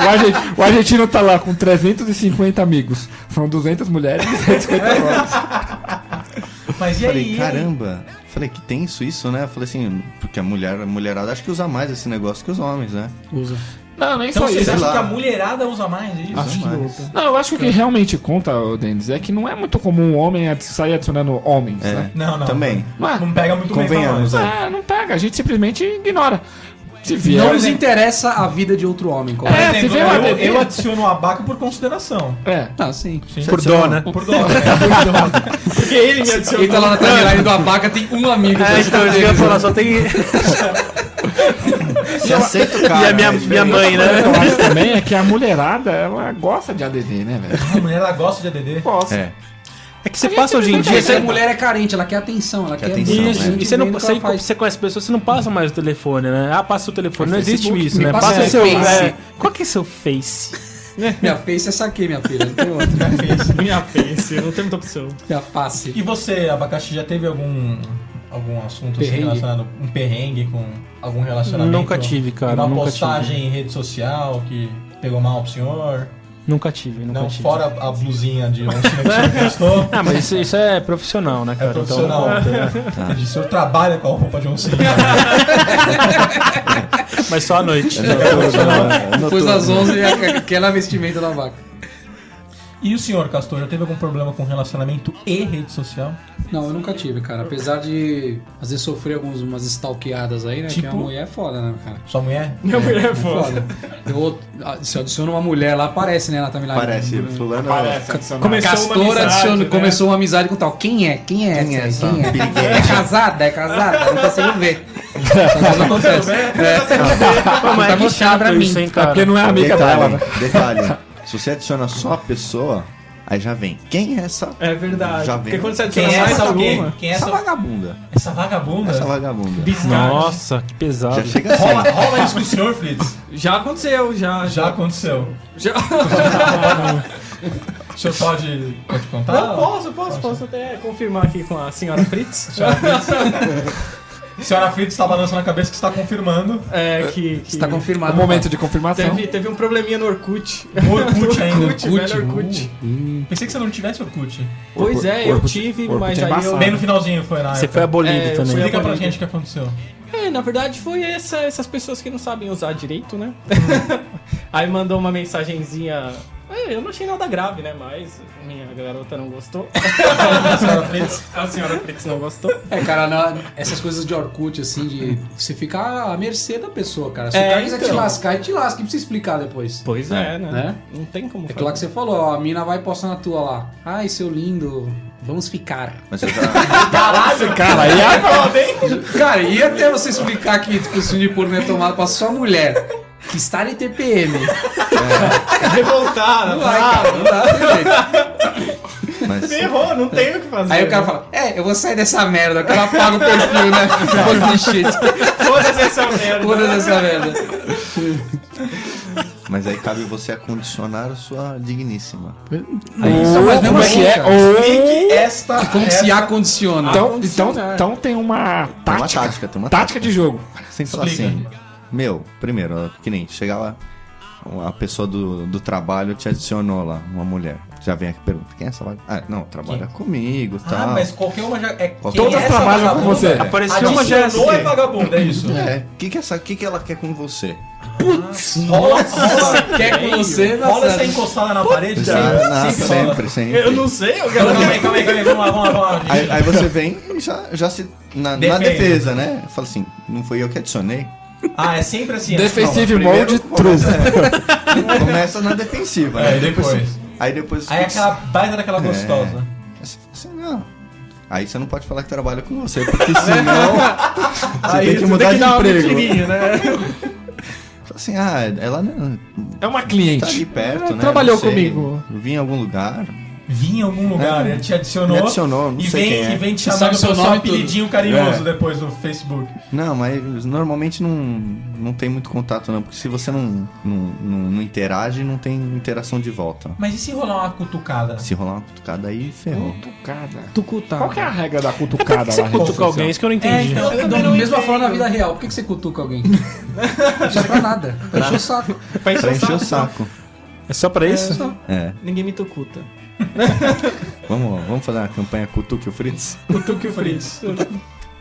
O, argen- o argentino tá lá com 350 amigos. São 200 mulheres e 150 homens.
Mas e
Eu
aí?
ah, Falei, caramba. Eu Falei, que tenso isso, né? Eu Falei assim, porque a mulher, a mulherada acho que usa mais esse negócio que os homens, né?
Usa.
Não, nem
Então
só
vocês
isso.
acham
lá.
que a mulherada usa mais é isso?
Acho que usa.
Não, eu acho que o que realmente conta, ô, Denis, é que não é muito comum um homem ad- sair adicionando homens,
É.
né?
Não, não.
Também.
Mas,
Não pega muito bem pra nós.
Convenhamos, né?
Ah, não pega, a gente simplesmente ignora. Se vier. um
Não nos interessa a vida de outro homem. Qual
Por
É,
exemplo,
se vem uma
eu,
bebê-
eu adiciono o abaca por consideração.
É.
tá,
Ah, sim.
Por dó, né?
Por dó, né? Porque ele me adicionou.
Ele tá lá na timeline do Abaca, tem um amigo.
É, então, eu ia falar, só tem.
Você aceita o cara.
e a minha,
é
minha
diferente.
mãe, né?
Eu acho também é que a mulherada, ela gosta de ADD, né, velho?
A mulher ela gosta de ADD.
Gosta.
É.
É que você passa hoje em dia.
Essa
Você...
mulher é carente, ela quer atenção, ela quer,
atenção,
muito
Isso,
bem
e você não
do que
você,
ela faz.
você conhece pessoas, você não passa mais o telefone, né? Ah, passa o telefone. Não existe
É Facebook,
isso,
me
né?
passa
Passa o
o
seu.
Face.
é, qual que é seu face?
Minha face é essa aqui, minha filha, não tem outra.
Minha face, eu não tenho muita opção.
Minha face.
E você, Abacaxi, já teve algum algum assunto assim
Perrengue?
relacionado um perrengue com algum relacionamento?
Nunca tive, cara,
Uma
nunca
postagem em rede social que pegou mal pro senhor?
Nunca tive, nunca
Não,
tive.
fora a blusinha de onça que você gastou.
Ah, mas isso, isso é profissional, né, cara?
É profissional. Tá.
Então,
O senhor trabalha com a roupa de um oncinha.
mas só à noite.
Depois das 11 é aquela vestimenta da vaca.
E o senhor, Castor, já teve algum problema com relacionamento e rede social?
Não, eu nunca tive, cara. Apesar de às vezes sofrer algumas umas stalkeadas aí, né? Que
Tipo?
a mulher é foda, né, cara?
Sua mulher?
Minha mulher é foda.
Foda. Eu, ah, se eu adiciono uma mulher lá, aparece, né? Ela tá me lá.
Parece, fulano. Parece.
Começou
Castor
uma amizade,
adiciona-
né?
começou uma amizade com tal. Quem é? Quem é essa? aí? Quem é?
piriguete?
É casada? É casada? Não consigo ver. Essas coisas acontecem.
Pô, mas
Tá
é que
mostrando pra
chato
mim.
isso, hein,
É
cara?
porque não é amiga dela, né?
Detalhe, detalhe. Se você adiciona só a pessoa, aí já vem. Quem é essa?
É verdade.
Já
Porque
vem.
quando você
Quem
adiciona
é
mais
essa alguém?
alguma,
Quem é
Essa
essa, É.
vagabunda.
essa vagabunda?
Essa vagabunda.
Nossa, que
Já
pesado.
chega assim.
Rola, rola isso com o senhor, Fritz?
já aconteceu, já.
Já aconteceu.
já.
O senhor pode, pode contar?
Não, posso, posso, posso até confirmar aqui com a senhora Fritz.
Senhora Fritz está balançando a cabeça que está confirmando.
é, que, que
Está confirmado.
O Um momento de confirmação.
teve, teve um probleminha no Orkut.
O Orkut ainda.
Orkut, uh, velho Orkut.
Pensei que você não tivesse Orkut.
Pois é, eu
Orkut-
tive,
Orkut
mas
é
aí eu...
embaçado.
Bem no finalzinho foi na
Você
época.
foi abolido
É,
também.
eu fui
Explica pra
abolido.
gente o que aconteceu.
É, na verdade foi essa- essas pessoas que não sabem usar direito, né? Aí mandou uma mensagenzinha. É, Eu não achei nada grave, né? Mas minha garota não gostou.
Senhora Fritz.
A senhora Fritz não gostou.
É, cara, na- essas coisas de Orkut, assim, de você ficar à mercê da pessoa, cara. Se
É,
o cara quiser te
então.
lascar, ele te lasca, não precisa explicar depois.
Pois é, né?
Né?
Não tem como
É aquilo lá que você falou, ó, a mina vai postar na tua lá. Ai, seu lindo, vamos ficar.
Mas tá- eu já.
Cara, aí é...
Cara, e até você explicar que tipo, o filme de porno é tomado pra sua mulher, que está em TPM.
É. Revoltada,
Não vai, cara, não dá. né, não tem jeito.
Mas,
Ferrou, não tem o que fazer. né?
Aí o cara fala, é, eu vou sair dessa merda, que ela paga o perfil, né? Porn de shit,
Foda-se essa merda.
todas essa merda.
mas aí cabe você acondicionar a sua digníssima.
Então, mas mesmo
Como é
assim,
que é?
cara,
Explique esta.
Como que se
esta-
acondiciona?
Então, então, então tem uma
Tem uma
tática.
tática, tem uma
Tática de jogo.
Sem falar assim.
Tá. Explica.
Meu, primeiro, ó, que nem chegar lá, a pessoa do, do trabalho te adicionou lá, uma mulher. Já vem aqui e pergunta, quem é essa vaga? Ah, não, trabalha comigo e
Ah,
tal.
mas qualquer uma já. É,
Todas
quem é essa
trabalham com
vagabunda?
você.
Apareceu uma já
Adicionou é vagabunda, é isso.
É, o que, que, essa- que, que ela quer com você?
Rola, rola,
Quer com você,
rola
nossa.
essa encostada na parede.
Ah,
Sempre, sempre rola.
sempre, sempre.
Eu não sei, eu quero.
Calma aí, calma aí, calma aí. Vamos lá, vamos lá, vamos lá.
Aí, aí você vem e já, já se. Na, na
Defende.
defesa, né? Fala assim, não foi eu que adicionei.
Ah, é sempre assim. é
Defensive
Não, primeiro
mode true.
começa- é, começa na defensiva, né?
É, e depois?
Aí depois.
Aí é aquela baita daquela gostosa.
Aí você fala assim, não. Aí você não pode falar que trabalha com você, porque senão. você tem que mudar de emprego. Fala assim, ah, ela não-
É uma
tá
cliente.
ali perto, né?
trabalhou
não sei,
comigo.
Vim em algum lugar.
Vinha em algum lugar,
É.
ele te adicionou.
Me adicionou, não
e
sei
vem,
quem é.
E vem te
Você
chamando
sabe
pelo
seu
seu,
nome,
apelidinho carinhoso depois no Facebook.
Não, mas normalmente não, não tem muito contato, não. Porque se você não, não, não, não interage, não tem interação de volta.
Mas e se rolar uma cutucada?
Se rolar uma cutucada aí, ferrou.
Cutucada.
Tá.
Tucutá.
Qual que é a regra da cutucada lá?
cutucar alguém, É isso que eu não
É,
entendi.
Da mesma forma na vida real, por que, que você cutuca alguém? Não serve pra nada. Pra encher o saco.
Pra encher o saco.
É só pra isso?
É.
Ninguém me tocuta.
Vamos, vamos fazer uma campanha Cutuque o Fritz?
Cutuque o Fritz.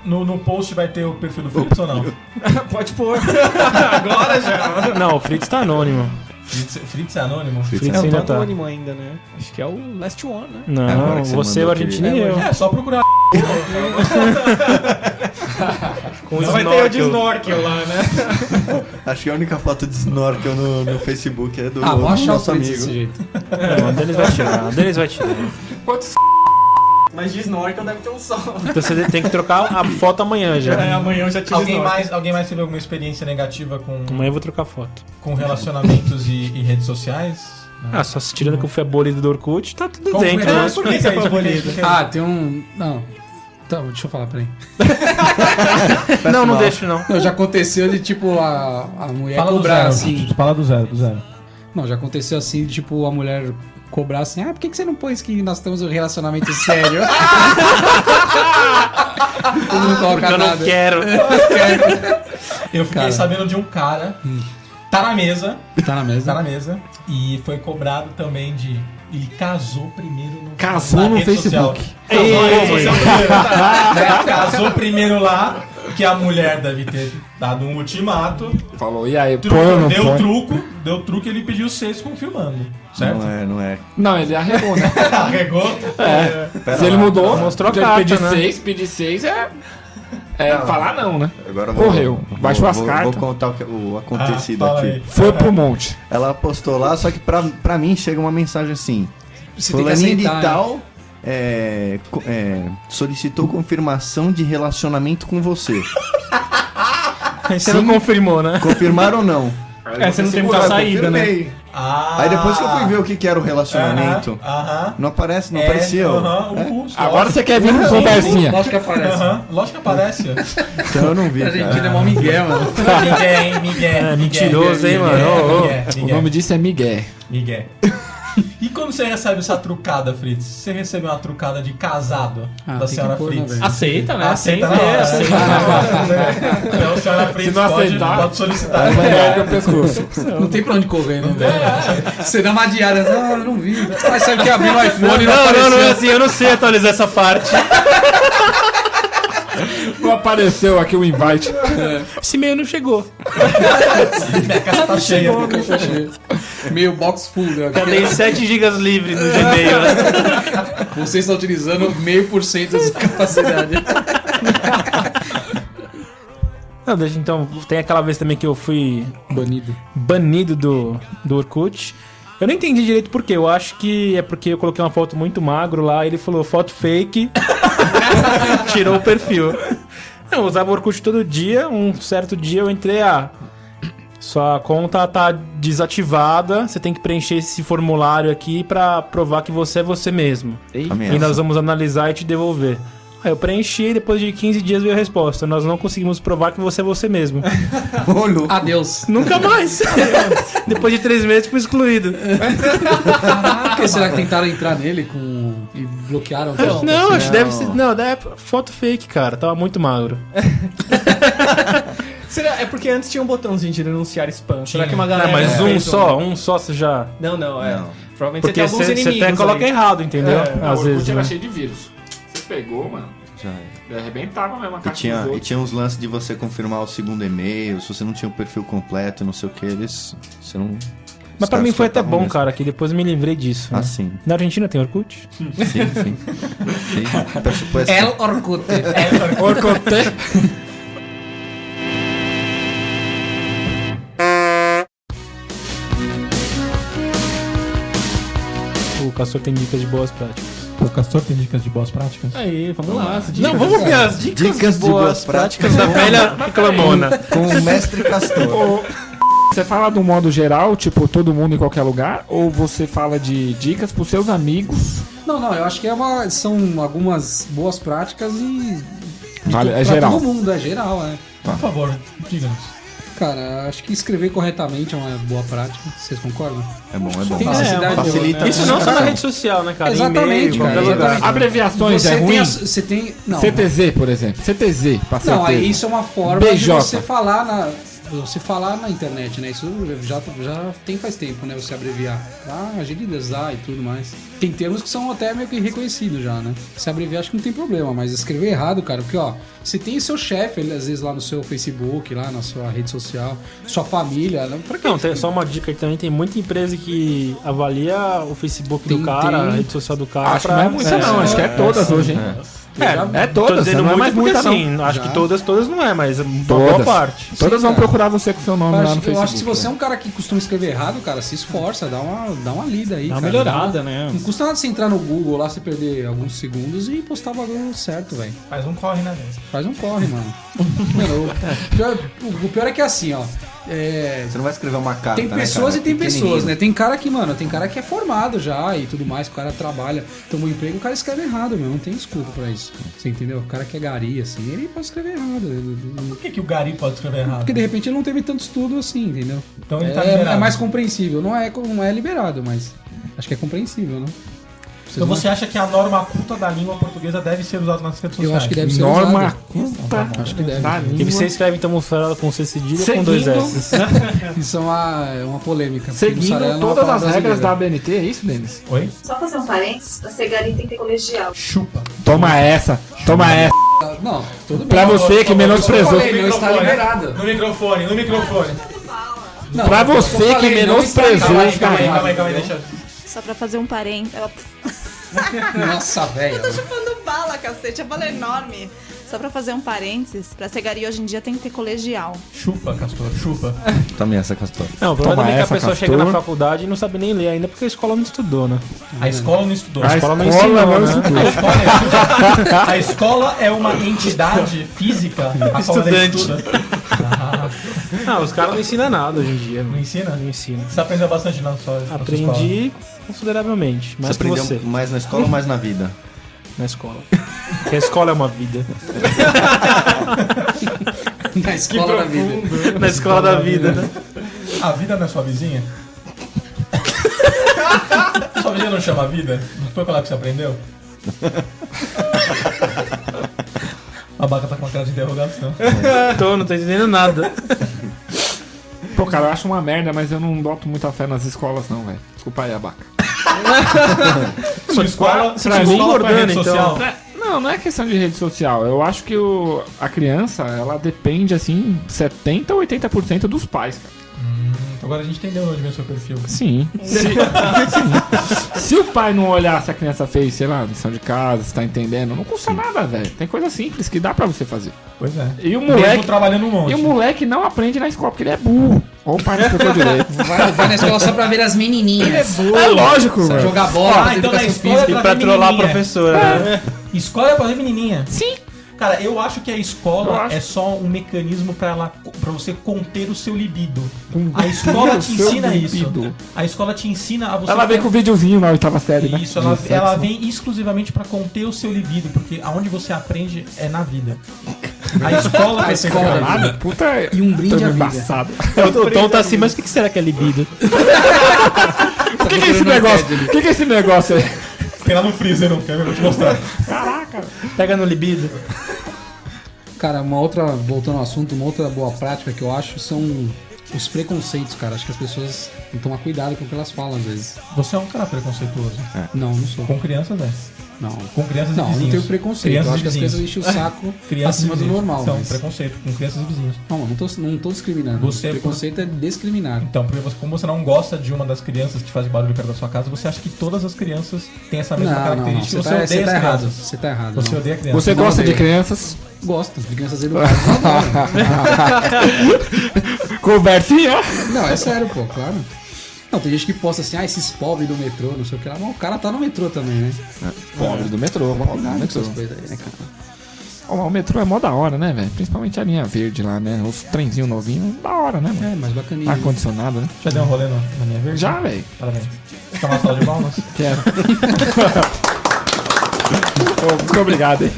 No, no post vai ter o perfil do Fritz ou não?
Pode pôr. Agora já.
Não, o Fritz tá anônimo.
Fritz, Fritz é anônimo?
Fritz
É, eu tô
ainda tá.
anônimo ainda, né? Acho que é o Last One, né?
Não,
Agora que você
você, o
mandou
argentino e
aquele-
eu.
É, só procurar.
Com
Não vai ter o de snorkel lá, né?
Acho que a única foto de snorkel no, no Facebook é do
Ah, vou
do
achar o
nosso
Fritz
amigo.
desse jeito.
Não, o Denis vai tirar, o Denis vai tirar.
Mas de snorkel deve ter um sol.
Então você tem que trocar a foto amanhã já.
É, amanhã eu já tive
Alguém
snorkel.
mais, alguém mais teve alguma experiência negativa com,
Amanhã eu vou trocar a foto.
com relacionamentos e, e redes sociais?
Ah, só se tirando que eu fui abolido do Orkut, tá tudo
Como-
dentro,
Ah,
né?
por que você
é
foi abolido?
Ah, tem um. Não. Tá, deixa eu falar, peraí.
Não, não deixo não.
Não, já aconteceu de tipo a, a mulher
Fala do
cobrar
zero,
assim.
Fritz, Fala do zero, do zero.
Não, já aconteceu assim, de, tipo, a mulher cobrar assim, ah, por que, que você não pôs que nós temos um relacionamento sério? Todo mundo coloca
Eu não
nada.
quero.
Eu fiquei
Cara.
Hum.
sabendo de um cara. Tá na mesa.
Tá na
Tá
mesa.
na mesa. E foi cobrado também de. Ele casou primeiro no
Casou
na
no
rede
Facebook.
social. Casou na rede social é um primeiro, tá? Né? Casou primeiro lá, que a mulher deve ter dado um ultimato.
Falou, e aí,
Truco,
põe ou não
deu
põe?
truco, deu truque e ele pediu seis confirmando. Certo?
Não é, não é.
Não, ele arregou, né?
Carregou.
Pera
Se ele
lá.
mudou,
Mostrou a
se ele
carta,
pedir
né?
seis, pedir seis é... É falar não, né?
Agora eu vou,
Correu.
vou-
Baixou as
vou-
cartas.
Vou contar o, que- o
Ah,
acontecido
fala
aqui.
aí.
Foi pro monte.
Ela postou lá, só que pra, pra mim chega uma mensagem assim.
Você tem que
Fulaninho de
aceitar. né?
tal é, co- é, solicitou confirmação de relacionamento com você.
Aí você não confirmou, né?
Confirmar ou não?
É, você não tem muita
Pô, eu
saída, né?
confirmei.
Ah.
Aí depois que eu fui ver o que, que era o
Aham,
relacionamento,
Aham.
não aparece, não
É,
apareceu.
aham, o curso,
Agora você quer vir com conversinha.
né? Lógico que aparece.
Aham, lógico que aparece.
Então eu não vi.
A
cara.
Argentina é mó migué, mano.
Miguel, hein? Miguel.
É, mentiroso, hein, mano? Ô, ô.
O nome disso é Miguel.
Miguel. E quando você recebe essa trucada, Fritz? Você recebeu uma trucada de casado
Ah,
da
tem
senhora
que pôr, né,
Fritz?
velho?
Aceita, né?
Aceita na
Tem que ver,
hora.
aceita.
né? Então, a senhora Fritz
não
pode,
aceitar-
pode solicitar.
Aí vai dar o pescoço.
Não tem pra onde correr, né? Você dá uma diária, ah, eu não vi. Mas sabe que abriu o iPhone e não, apareceu.
assim, eu não sei atualizar essa parte.
Não apareceu aqui o invite.
Esse e-mail não chegou.
A casa tá cheia.
Meio box full, né?
Já tem 7 GB livre no Gmail, né?
Você está utilizando meio por cento da sua capacidade.
Não, deixa então. Tem aquela vez também que eu fui. Banido. Banido do, do Orkut. Eu não entendi direito por quê. Eu acho que é porque eu coloquei uma foto muito magro lá. Ele falou foto fake. tirou o perfil. Não, eu usava o Orkut todo dia. Um certo dia eu entrei a. Sua conta tá desativada. Você tem que preencher esse formulário aqui pra provar que você é você mesmo.
Ameaça.
E nós vamos analisar e te devolver. Aí eu preenchi e depois de 15 dias veio a resposta. Nós não conseguimos provar que você é você mesmo.
Adeus.
Nunca mais. depois de três meses fui excluído.
Caraca, será que tentaram entrar nele com... e bloquearam?
Não, acho que deve ser. Não, é foto fake, cara. Tava muito magro.
Será? É porque antes tinha um botãozinho de denunciar spam. Será
Tinha.
que uma
Ah,
galera.
mas um
fez
só, um só você já.
Não, não, é.
Não.
Provavelmente
Porque
você tem alguns
você você
inimigos.
até coloca
aí.
errado, entendeu?
É,
Às vezes. né?
cheio de vírus. Você pegou, mano.
Já é.
Ele arrebentava mesmo a
E tinha, e tinha uns lances de você confirmar o segundo e-mail, se você não tinha o perfil completo, não sei o que, eles. Você não.
Mas
os
pra
caras
mim foi até
soltavam
bom,
mesmo.
cara, que depois eu me livrei disso. né?
Ah, sim.
Na Argentina tem Orkut?
Sim, sim. sim. Pressuposto.
El Orkut.
O Castor tem dicas de boas práticas.
O Castor tem dicas de boas práticas?
Aí, vamos lá.
Não, vamos ver as dicas,
Dicas de boas práticas
da velha reclamona.
com o mestre Castor.
Você fala de um modo geral, tipo, todo mundo em qualquer lugar? Ou você fala de dicas pros seus amigos?
Não, não, eu acho que é uma- são algumas boas práticas e.
Vale, é
pra
geral.
todo mundo, é geral, é.
Por favor, diga-nos.
Cara, acho que escrever corretamente é uma boa prática, vocês concordam?
É bom, é bom.
Tem- é, uma boa,
Facilita
né?
a
Isso não só na
comunicação.
rede social, né, cara?
Exatamente, cara,
Em-mail, qualquer lugar.
exatamente.
Abreviações é ruim?
tem. as- você tem. Não,
CTZ, por exemplo. CTZ, pra
não
certeza.
aí isso é uma forma
BJ.
de você falar na. Você falar na internet, né? Isso já, já tem faz tempo, né? Você abreviar. Ah, Pra agilizar e tudo mais. Tem termos que são até meio que reconhecidos já, né? Se abreviar acho que não tem problema, mas escrever errado, cara, porque ó, você tem seu chefe, ele, às vezes, lá no seu Facebook, lá na sua rede social, sua família, né? Pra que
Não, tem só uma dica que também tem muita empresa que avalia o Facebook do
Tem,
cara, a
tem.
rede social do cara.
Acho que
pra-
não é muita, não. Acho que é todas hoje, hein?
É,
É todas,
tô dizendo
não é
muito
mais
porque,
muita, não.
assim, Acho que
Já.
todas, todas não é, mas uma boa
Todas.
parte.
Todas vão
cara.
procurar você com seu
Eu
nome lá no
acho, que- eu
Facebook. né?
acho que se você é um cara que costuma escrever errado, cara, se esforça, dá uma, dá uma lida aí.
Dá
Tá
uma
cara.
melhorada, né?
Não custa nada você entrar no Google lá, você perder alguns segundos e postar o bagulho certo, velho.
Faz um corre na mesa.
Faz um corre, mano. Mano, o pior, o pior é que é assim, ó. É,
Você não vai escrever uma carta.
tem
né,
pessoas
cara?
e tem pessoas,
Pequenininho.
né? Tem cara que, mano, tem cara que é formado já e tudo mais, que o cara trabalha, toma um emprego, o cara escreve errado, meu. Não tem desculpa pra isso. Você entendeu? O cara que é gari, assim, ele pode escrever errado. ele- ele-
Por que, que o Gari pode escrever errado?
Porque de repente ele não teve tanto estudo assim, entendeu?
Então ele tá
é,
liberado.
é mais compreensível. Não é, não é liberado, mas acho que é compreensível, né?
Então você acha que a norma culta da língua portuguesa deve ser usada nas redes sociais?
Eu acho que deve ser
É Norma Tá
usado.
culta.
Acho que deve.
da
E
língua.
você escreve então Mussarela com C cedilha ou com dois
Seguindo-
S?
Isso é uma, é uma polêmica. porque mussarela é
Seguindo
uma
todas as
palavra
regras da
brasileira.
ABNT, é isso, Denis?
Oi?
Só fazer um parênteses, pra ser garim tem que ter colegial.
Chupa.
Toma essa, toma essa.
Não, tudo bem.
Pra você que menosprezou.
falei, não está liberada.
No microfone, no microfone.
Não,
Pra
eu
você que
falei, não está
menosprezou.
liberado.
Calma aí, calma aí, calma aí, deixa eu.
Só pra fazer um parênteses. Ela
Nossa, velho.
tá chupando bala, cacete, a bala é enorme. Só pra fazer um parênteses, pra ser gari hoje em dia tem que ter colegial.
Chupa, Castor, chupa.
Também essa castor.
Não, o
Toma
problema também é que
essa,
a pessoa
Castor.
chega na faculdade e não sabe nem ler ainda porque a escola não estudou, né?
A escola não estudou.
A
escola não
escola
ensinou,
não
né?
ensinou.
A escola, é... a escola é uma entidade física a qual ela
Estudante.
estuda.
Não, os caras não ensinam nada
um
hoje em dia.
né?
Não ensina?
Não ensina.
Você aprendeu bastante na sua, na sua escola.
Aprendi consideravelmente, mais
você
que
aprendeu
você,
mais na escola ou mais na vida?
na escola. Porque a escola é uma vida.
Na escola da vida.
na escola da vida, né?
A vida não é sua vizinha? sua vizinha não chama a vida? Não foi com ela que você aprendeu? A Baca tá com uma cara de interrogação.
Tô, não tô entendendo nada.
Pô, cara, eu acho uma merda, mas eu não boto muita fé nas escolas, não, velho. Desculpa aí, abaca.
Sua escola,
você
sua
ficou
escola foi
engordando,
rede
então.
social.
Não, não é questão de rede social. Eu acho que o- a criança, ela depende, assim, 70% ou 80% dos pais, cara.
Agora a gente entendeu onde vem o seu perfil.
Sim. Se, Sim. Se o pai não olhar se a criança fez, sei lá, lição de casa, se tá entendendo, não custa nada, velho. Tem coisa simples que dá pra você fazer.
Pois é.
E o
Mesmo
moleque,
trabalhando um monte.
e o moleque não aprende na escola, porque ele é burro. Ou o pai não explicou direito.
Vai, vai na escola só pra ver as menininhas.
É lógico, velho.
Jogar bola,
Ah,
fazer
então na
educação
escola
física.
é
E pra
ver
trollar a
menininha.
professora, né?
Escola é pra ver menininha.
Sim.
Cara, eu acho que a
Eu
escola
acho.
é só um mecanismo pra ela para você conter o seu libido. A escola te
o seu
ensina isso.
libido.
A escola te ensina a você
Ela vem com o videozinho na oitava série, né?
Isso, ela,
De
ela
sexo.
vem exclusivamente pra conter o seu libido, porque aonde você aprende é na vida. A escola vai ser
escola.
cara.
Caralho, puta.
E um brinde à
Todo
vida.
embaçado.
O Tom tá assim, mas o que que será que é libido?
O que, que é esse negócio? O que, que é esse negócio aí?
Tem lá no freezer, não quer? Eu vou te mostrar.
Pega no libido.
Cara, uma outra, voltando ao assunto, uma outra boa prática que eu acho são os preconceitos, cara. Acho que as pessoas têm que tomar cuidado com o que elas falam às vezes.
Você é um cara preconceituoso.
Não, não sou.
Com crianças, é.
Não.
Com crianças e
Não, eu não
vizinhos.
tenho preconceito.
Crianças
eu acho
e
que as
vizinhos.
pessoas enchem o saco
Crianças e
acima do
vizinhos.
normal.
Então,
mas-
preconceito com crianças e vizinhos.
Não, não tô, não tô discriminando.
Você-
preconceito é discriminar.
Então, porque você- como você não gosta de uma das crianças que faz barulho perto da sua casa, você acha que todas as crianças têm essa mesma
Não, não, não.
característica. Você
Você, tá,
odeia
você
as
tá errado.
crianças.
Você tá errado.
Você
não.
odeia crianças.
Você
Não
gosta de
odeio.
crianças?
Gosto de crianças educadas. eu adoro.
Conversinha?
não, é sério, pô, claro. Não, tem gente que posta assim, ah, esses pobres do metrô, não sei o que lá. Mas o cara tá no metrô também, né?
Pobre do metrô, pobre do
Cuidado com
metrô.
essas coisas aí, né, cara?
Ó, O metrô é mó da hora, né, velho? Principalmente a linha verde lá, né? Os trenzinhos novinhos, da hora, né, mano?
É, mas bacaninha.
Ar condicionado, né?
Já deu um rolê no- na minha verde?
Já, velho.
Parabéns. Fica uma sala de palmas?
Quero. Ô, Muito obrigado, hein?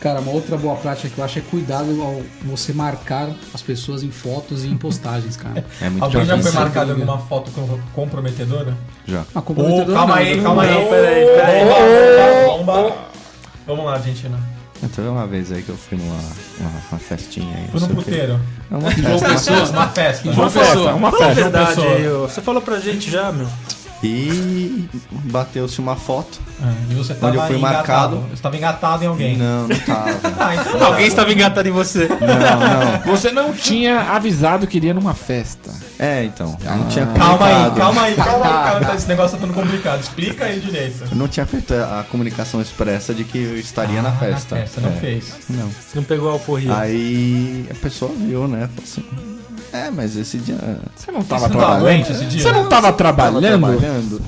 Cara, uma outra boa prática que eu acho é cuidado ao você marcar as pessoas em fotos e em postagens, cara.
É muito
Alguém já foi
difícil.
marcado em alguma foto com- comprometedora?
Já.
Ah,
Ô,
comprometedor
calma
não,
aí,
né?
calma aí, peraí, peraí. Bomba, bomba, bomba. Vamos lá, Argentina.
Eu teve Então, uma vez aí que eu fui numa uma, uma festinha aí.
Fui num puteiro.
Não, sei o quê. É uma festa.
Uma festa.
Uma festa, uma
Fala a
festa.
verdade
pessoa.
aí, ô. Você falou pra gente já, meu.
E bateu-se uma foto.
Ah, E você tava
eu fui
engatado.
marcado. né?
Você tava engatado em alguém.
Não, não tava.
Ah, então
Alguém estava engatado em você.
não, não.
Você não tinha avisado que iria numa festa.
É, então. Eu não tinha
Calma aí,
comunicado.
calma aí, calma aí, calma aí. Esse negócio tá ficando complicado. Explica aí direito.
Eu não tinha feito a a comunicação expressa de que eu estaria
Ah,
na festa.
Na festa, não
É.
fez.
Não.
Não pegou a alforria.
Aí a pessoa viu, né? Falou assim. É, mas esse dia.
Você não
Você não tava
tava trabalhando.
doente esse dia?
Você não tava
Tava
trabalhando?
trabalhando?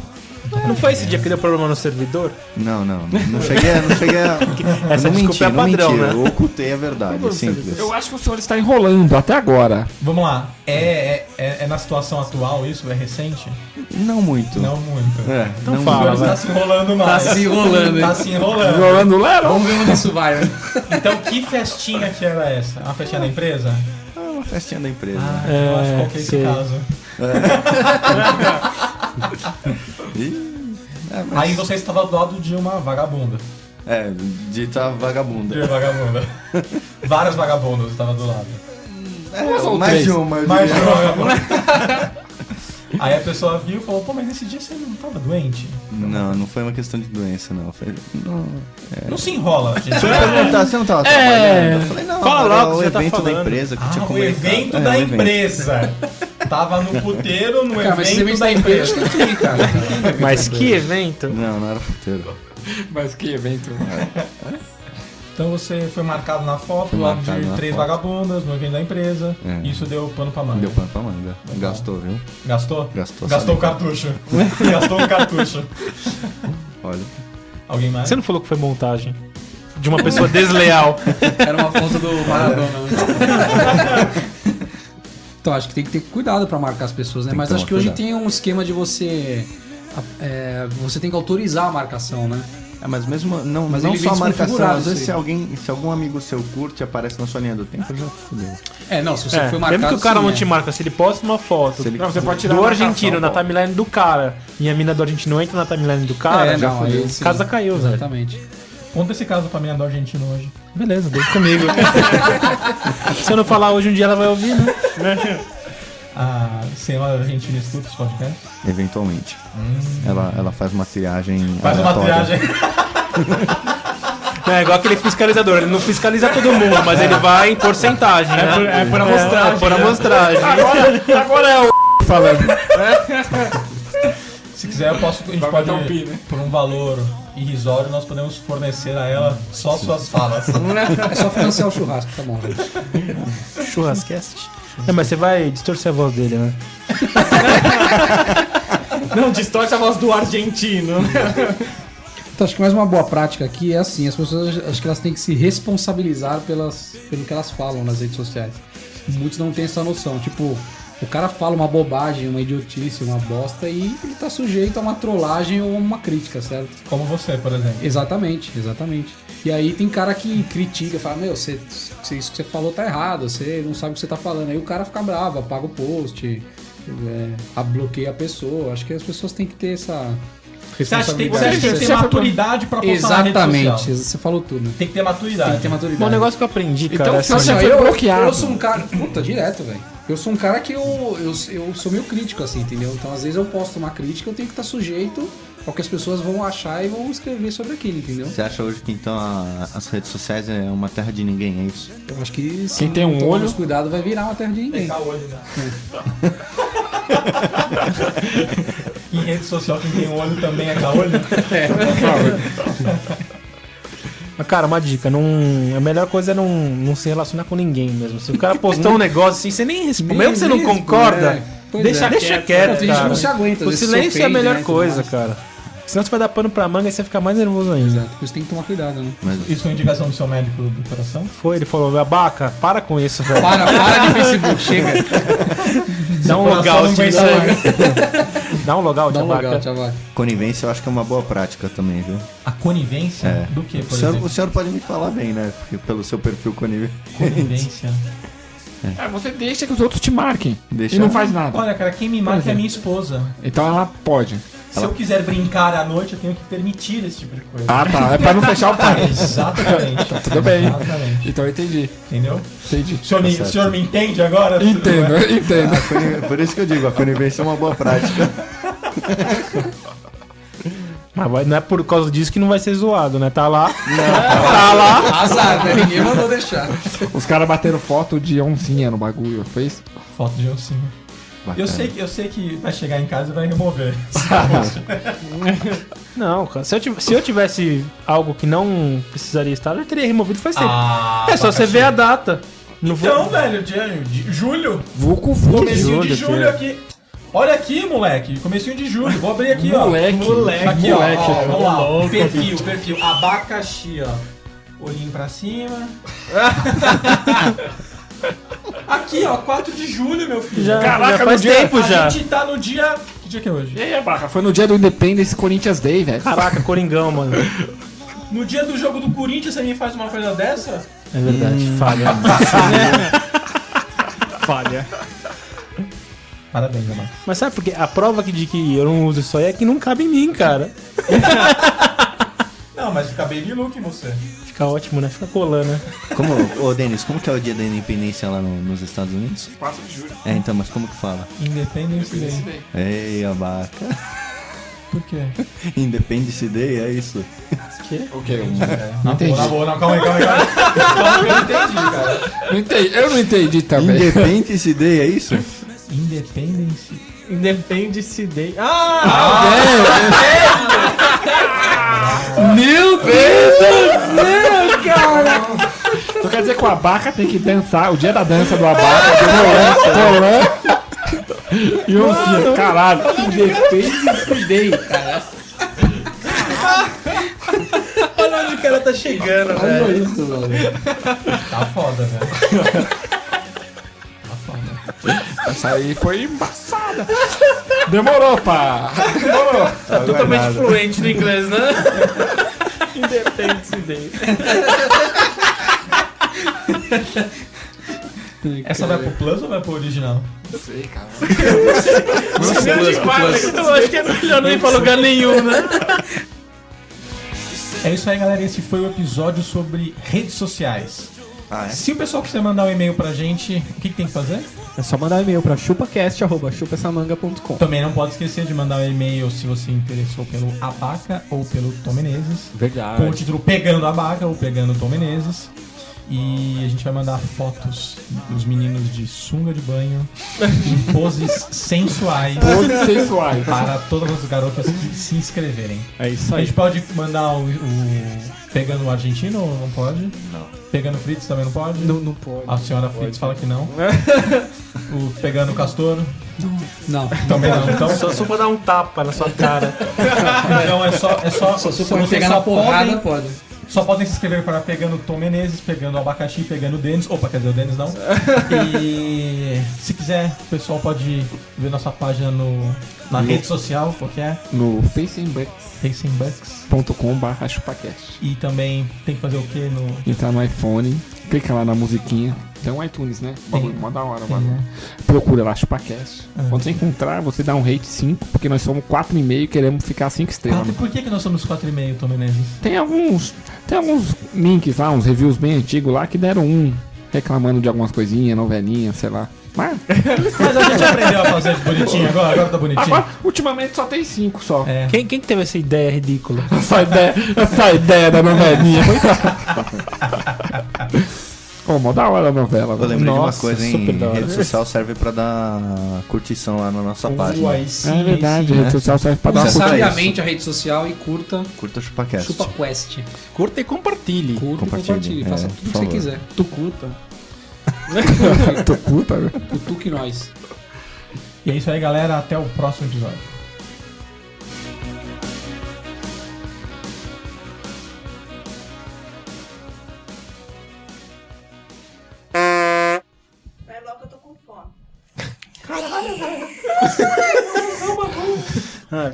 Não foi esse dia que deu problema no servidor?
Não, não. Não não cheguei, a- não cheguei a.
Essa
eu não
desculpa
menti,
é
não
padrão,
menti.
né?
Eu ocultei a verdade. Simples.
Eu acho que o senhor está tá enrolando até agora.
Vamos lá. É, é, é, é na situação atual isso? É recente?
Não muito.
Não muito.
É, não
Agora
muito.
está se enrolando mais.
Tá se enrolando, hein?
Tá se enrolando.
Enrolando o Lero?
Vamos ver onde isso vai, né?
Então que festinha que era essa? Uma festinha da empresa?
É uma festinha da empresa.
Ah, eu acho que qual que é esse
sei.
caso.
E... É, mas-
Aí você estava do lado de uma vagabunda.
É, dita vagabunda.
De vagabunda. Várias vagabundas estavam do lado.
Duas ou É, mais três? de uma, eu
Mais de
diria.
uma vagabunda. Aí a pessoa viu e falou, pô, mas nesse dia você não tava doente?
Não, não foi uma questão de doença, não. Foi... não, é.
Não se enrola, gente.
Você me perguntar, você não tava
É.
trabalhando? Eu falei, não,
Fala
era
logo,
o
você tá
evento da
falando.
empresa que
Ah,
tinha
o
comunicado.
evento
É,
da
o evento.
empresa. Tava no puteiro, no
Cara, mas esse
evento
evento
da
da
empresa.
empresa tem que ir, cara.
Mas que evento?
Não, não era puteiro.
Mas que evento.
Então você foi marcado na foto
Fui
do lado
marcado
de
na
três
foto.
vagabundas no evento da empresa.
É.
Isso deu pano pra manga.
Deu pano pra manga. Gastou, viu?
Gastou?
Gastou.
Gastou o
sabe?
cartucho. Gastou o cartucho.
Olha.
Alguém mais?
Você não falou que foi montagem. De uma pessoa desleal.
Era uma foto do Maradona. né? Então, acho que tem que ter cuidado pra marcar as pessoas, né?
Tem que
Mas
tomar
acho que hoje
cuidado.
tem um esquema de você. é, você tem que autorizar a marcação, né?
É, mas mesmo. Não,
Mas
não
ele vem
só a marcação.
desconfigurado,
Às vezes,
isso
se,
aí.
alguém, se algum amigo seu curte e aparece na sua linha do tempo, já fudeu.
É, não, se você
É,
foi
mesmo
marcado.
que o cara
sim,
não
é.
te marca, se ele posta uma foto
Se ele-
Não, você pode tirar
do
a
argentino na
marcação,
timeline do cara e a mina do argentino entra na timeline do cara,
É,
já
não,
fudeu.
aí sim.
Casa caiu, velho.
Exatamente.
Conta esse caso pra mim do argentino hoje.
Beleza, deixa comigo. Se eu não falar hoje, um dia ela vai ouvir, né?
Ah, A senhora argentina escuta esse podcast?
Eventualmente. Ela, ela faz uma triagem.
Faz uma
aleatória.
triagem.
É igual aquele fiscalizador, ele não fiscaliza todo mundo, mas ele vai em porcentagem, né?
por- é por amostragem,
É, por
né?
amostragem.
Agora, agora é o.
Se quiser, eu posso. A gente pode, por um valor irrisório, nós podemos fornecer a ela só suas falas.
É só financiar o churrasco, tá bom, gente.
Churrascast. É, mas você vai distorcer a voz dele, né?
Não, distorce a voz do argentino.
Então, acho que mais uma boa prática aqui é assim: as pessoas acho que elas têm que se responsabilizar pelas, pelo que elas falam nas redes sociais. Muitos não têm essa noção. Tipo, o cara fala uma bobagem, uma idiotice, uma bosta e ele tá sujeito a uma trollagem ou uma crítica, certo?
Como você, por exemplo.
Exatamente, exatamente. E aí tem cara que critica, fala, meu, você, você- isso que você falou tá errado, você não sabe o que você tá falando. Aí o cara fica bravo, apaga o post, é, a- bloqueia a pessoa. Acho que as pessoas têm que ter essa
Você acha que tem, você acha que
responsabilidade.
tem que ter
Você-
maturidade pra postar na rede
Exatamente,
social?
você falou tudo.
Tem que ter maturidade.
Tem que ter maturidade.
Bom, um negócio que eu aprendi, cara.
Então,
assim,
assim, ó,
foi
eu,
bloqueado.
eu sou um cara. Puta, direto, velho. Eu sou um cara que eu, eu, eu sou meio crítico, assim, entendeu? Então, às vezes eu posto uma crítica, eu tenho que estar sujeito ao que as pessoas vão achar e vão escrever sobre aquilo, entendeu?
Você acha hoje que então a- as redes sociais é uma terra de ninguém, é isso?
Eu acho que se
Quem tem
não
um
tomarmos
olho-
cuidado vai virar uma terra de ninguém.
Pegar o olho, né? em rede social, quem tem olho também é caolho.
Mas, cara, uma dica, não... a melhor coisa é não, não se relacionar com ninguém mesmo. Se o cara postou um negócio assim, você nem responde.
Nem
Mesmo que você não
mesmo,
concorda,
é. Pois
deixa,
é.
deixa
Não,
quieto,
tem gente que
cara.
não se aguenta, às
o
vezes se
silêncio é a
ofende,
melhor
né, e tudo
coisa,
mais.
cara. Senão você vai dar pano pra manga e você fica mais nervoso ainda.
Exato, por isso tem que tomar cuidado, né?
Isso foi indicação do seu médico do coração?
Foi, ele falou, abaca, para com isso, velho.
Para, para de Facebook, chega.
Dá um
coração não
logout.
aguenta
nisso. Dá um logout,
Dá um
abaca.
legal, Tchavac.
Conivência eu acho que é uma boa prática também, viu?
A conivência?
É.
Do que,
O
por
senhor, o
exemplo?
senhor pode me falar bem, né? Porque pelo seu perfil conivente.
Conivência.
É, você deixa que os outros te marquem.
Deixa
E não faz nada.
Olha, cara, quem me marca é minha esposa.
Então ela pode.
Se eu quiser brincar à noite, eu tenho que permitir esse tipo de coisa.
Ah, tá. É pra não fechar o pai.
Exatamente.
Tudo bem.
Exatamente.
Então eu entendi.
Entendeu?
Entendi. Tá
O senhor, me, o senhor me entende agora?
Entendo, entendo.
Coni- Por isso que eu digo, a conivência é uma boa prática.
Mas vai- não é por causa disso que não vai ser zoado, né? Tá lá. Tá lá.
Azar, né? Ninguém mandou deixar.
Os caras bateram foto de oncinha no bagulho, fez?
Foto de oncinha. Eu
Bacana.
sei, que, eu sei que vai chegar em casa e vai remover.
Não, cara. Se eu, tiv- se eu tivesse algo que não precisaria estar, eu teria removido faz tempo.
Ah,
é só você ver a data. Não vou-
Então, velho, de, de, julho.
Vulco, vulco.
Comecinho de
julho,
julho aqui. Olha aqui, moleque. Comecinho de julho. Vou abrir aqui,
Moleque.
ó. Moleque. Aqui,
Moleque.
ó. ó vamos lá. Perfil, perfil. Abacaxi, ó. Olhinho pra cima. aqui, ó. 4 de julho, meu filho.
Já,
Caraca,
já
no
faz
dia-
tempo
a
já.
gente tá no dia... Que dia que é hoje?
aí, Barra? Foi no dia do Independence Corinthians Day, velho.
Caraca, Coringão, mano. É
No dia do jogo do Corinthians, você me faz uma coisa dessa?
É verdade, falha. falha.
Parabéns, Amar.
Mas sabe por quê? A prova que- de que eu não uso isso aí é que não cabe em mim, cara.
Não, mas fica baby look em você.
Fica ótimo, né? Fica colando, né?
Como, ô Denis, como que é o dia da independência lá no- nos Estados Unidos?
4 de julho.
É, então, mas como que fala?
Independence Day.
Ei, abaca.
Por quê?
Independence Day, é isso?
O quê?
Não
entendi.
Na boa, Tá não, calma aí, calma aí. Calma aí. Calma que eu não entendi, cara.
Não entendi. Eu não entendi
Tá
também.
Independence Day, é isso?
Independence.
Independe-se de. Ah!
Meu Deus do céu, cara! Então quer dizer que o abaca tem que dançar, o dia da dança do abaca, do Roland, Roland. E um filho, caralho, independente dei, cara.
Olha onde o cara tá chegando, velho.
isso, mano.
Tá foda, velho.
Essa aí foi embaçada. Demorou, pá.
Tá totalmente fluente no inglês, né? Independe-se de.
Essa vai pro Plus ou vai pro original?
Não sei, cara.
Eu acho que é melhor não ir pra lugar nenhum, né?
É isso aí, galera. Esse foi o episódio sobre redes sociais.
Ah, é?
Se o pessoal quiser mandar um e-mail pra gente, o que, que tem que fazer?
É só mandar um e-mail pra chupacast.chupessamanga.com.
Também não pode esquecer de mandar um e-mail se você interessou pelo Abaca ou pelo Tom Menezes.
Verdade.
Com o título Pegando Abaca ou Pegando Tom Menezes. E a gente vai mandar fotos dos meninos de sunga de banho, em poses sensuais,
Poses sensuais.
para todas as garotas que se inscreverem.
É isso
A
aí.
gente pode mandar o, o- Pegando o argentino ou não pode?
Não.
Pegando o Fritz também não pode?
Não, não pode.
A senhora Fritz fala que não. o Pegando o Castor
Não.
também não. Então,
Só se eu vou dar um tapa na sua cara.
então é só. É só, só,
Se for pegar na porrada, pode.
Só podem se inscrever para pegando Tom Menezes, pegando o abacaxi, pegando o Denis. Opa, quer dizer, o Denis não. E se quiser, o pessoal pode ver nossa página no, na rede social, porque é
No facebook.com
Facing Bucks.
barra chupacast.
E também tem que fazer o que no.
Entrar no iPhone, clica lá na musiquinha. Tem É. um iTunes, né? Bagulho
Tem.
mó da hora,
Tem,
mano.
né?
Procura lá, chupacast.
Ah.
Quando você encontrar, você dá um rate 5, porque nós somos 4,5 e queremos ficar 5
Ah,
estrelas.
e por que, que nós somos 4,5, Tom Menezes?
Tem alguns. Tem alguns links lá, uns reviews bem antigos lá que deram um reclamando de algumas coisinhas, novelinha, sei lá. Mas
Mas a gente aprendeu a fazer de bonitinho agora, agora tá bonitinho.
agora, ultimamente só tem 5 só.
É.
Quem, quem que teve essa ideia ridícula?
Essa ideia, essa ideia da novelinha. Ô, mó da hora a novela.
Eu lembrei
Nossa,
de uma coisa, hein?
super da hora.
Rede social serve pra dar curtição lá na nossa página.
Uai, sim,
É verdade,
sim,
a
né?
rede social serve pra dar uma
Você sabe-
curtida.
Sabiamente a rede social e curta
Curta o ChupaCast.
Chupa Quest.
Curta e compartilhe.
Curta e
Compartilhe,
compartilhe.
é,
Faça
por
tudo que você
favor.
quiser. Tu curta.
Tô puta, velho.
Cutuque nós.
E é isso aí, galera. Até o próximo episódio.
Vai logo, eu tô com fome.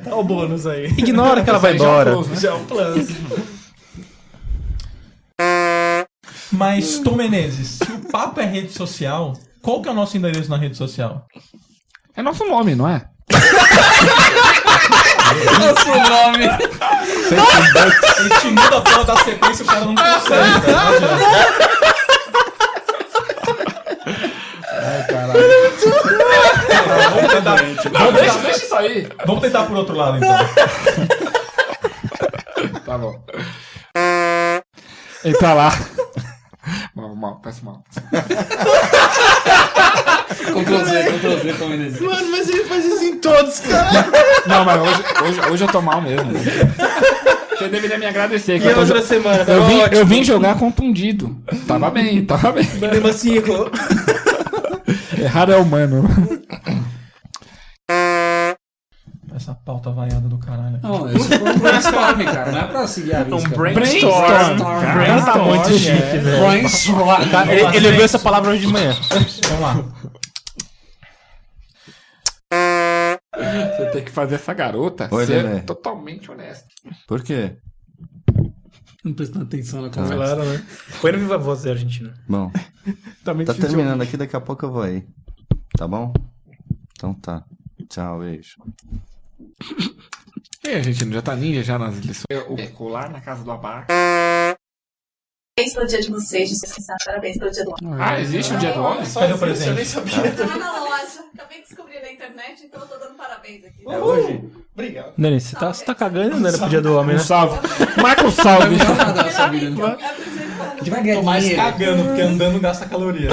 Olha o bônus aí.
Ignora que ela vai embora.
É Mas, Tom Menezes, se o papo é rede social, qual que é o nosso endereço na rede social?
É nosso nome, não é?
Ele te muda a porra da sequência e o cara não consegue, velho. Não adianta. Tá, vamos tentar- vamos tentar-
Deixa isso aí.
Vamos tentar por outro lado, então.
Tá bom. Ele tá lá. Mal, mal, peço mal.
Ctrl Z, Ctrl Z, Tom Menezes.
Mano, mas ele faz isso em todos, cara.
Não, mas hoje, hoje, hoje eu tô mal mesmo. Você deveria me agradecer. que
E
eu,
a
tô
outra
jo-
semana?
eu, vim, eu
Ótimo.
vim jogar contundido. Tava bem, tava bem.
Mesmo assim, errou.
Errado é humano.
Essa pauta vaiada do caralho.
Não, isso foi um brainstorm, cara. Não é pra seguir a risca.
Um
Brainstorm.
brainstorm. Cara, tá muito chique, velho.
Brainstorm.
Cara, é. ele, ele viu essa palavra hoje de manhã.
Vamos lá.
Você tem que fazer essa garota
Oi,
ser
Nenê.
totalmente honesta.
Por quê?
Não prestando atenção na conversa.
Claro, né? Põe no Viva Voz da Argentina.
Bom,
Tá meio
tá
difícil.
terminando aqui, daqui a pouco eu vou aí. Tá bom? Então tá. Tchau, beijo.
E a gente não já tá ninja já nas lições. É, colar na casa do abaca.
Parabéns pelo dia de vocês, descansar. Parabéns pelo dia do homem.
Ah, existe um dia do homem?
Só Cadê o presente? Eu nem sabia.
Tá na loja. Acabei de descobrir na internet, então eu tô dando parabéns aqui.
É hoje? Obrigado.
Nani, você tá, você tá cagando, Nani, pro dia do homem, né?
Salve. Marca um salve.
né?
Primeira vez que eu-
Tá Tô mais cagando, porque andando gasta caloria.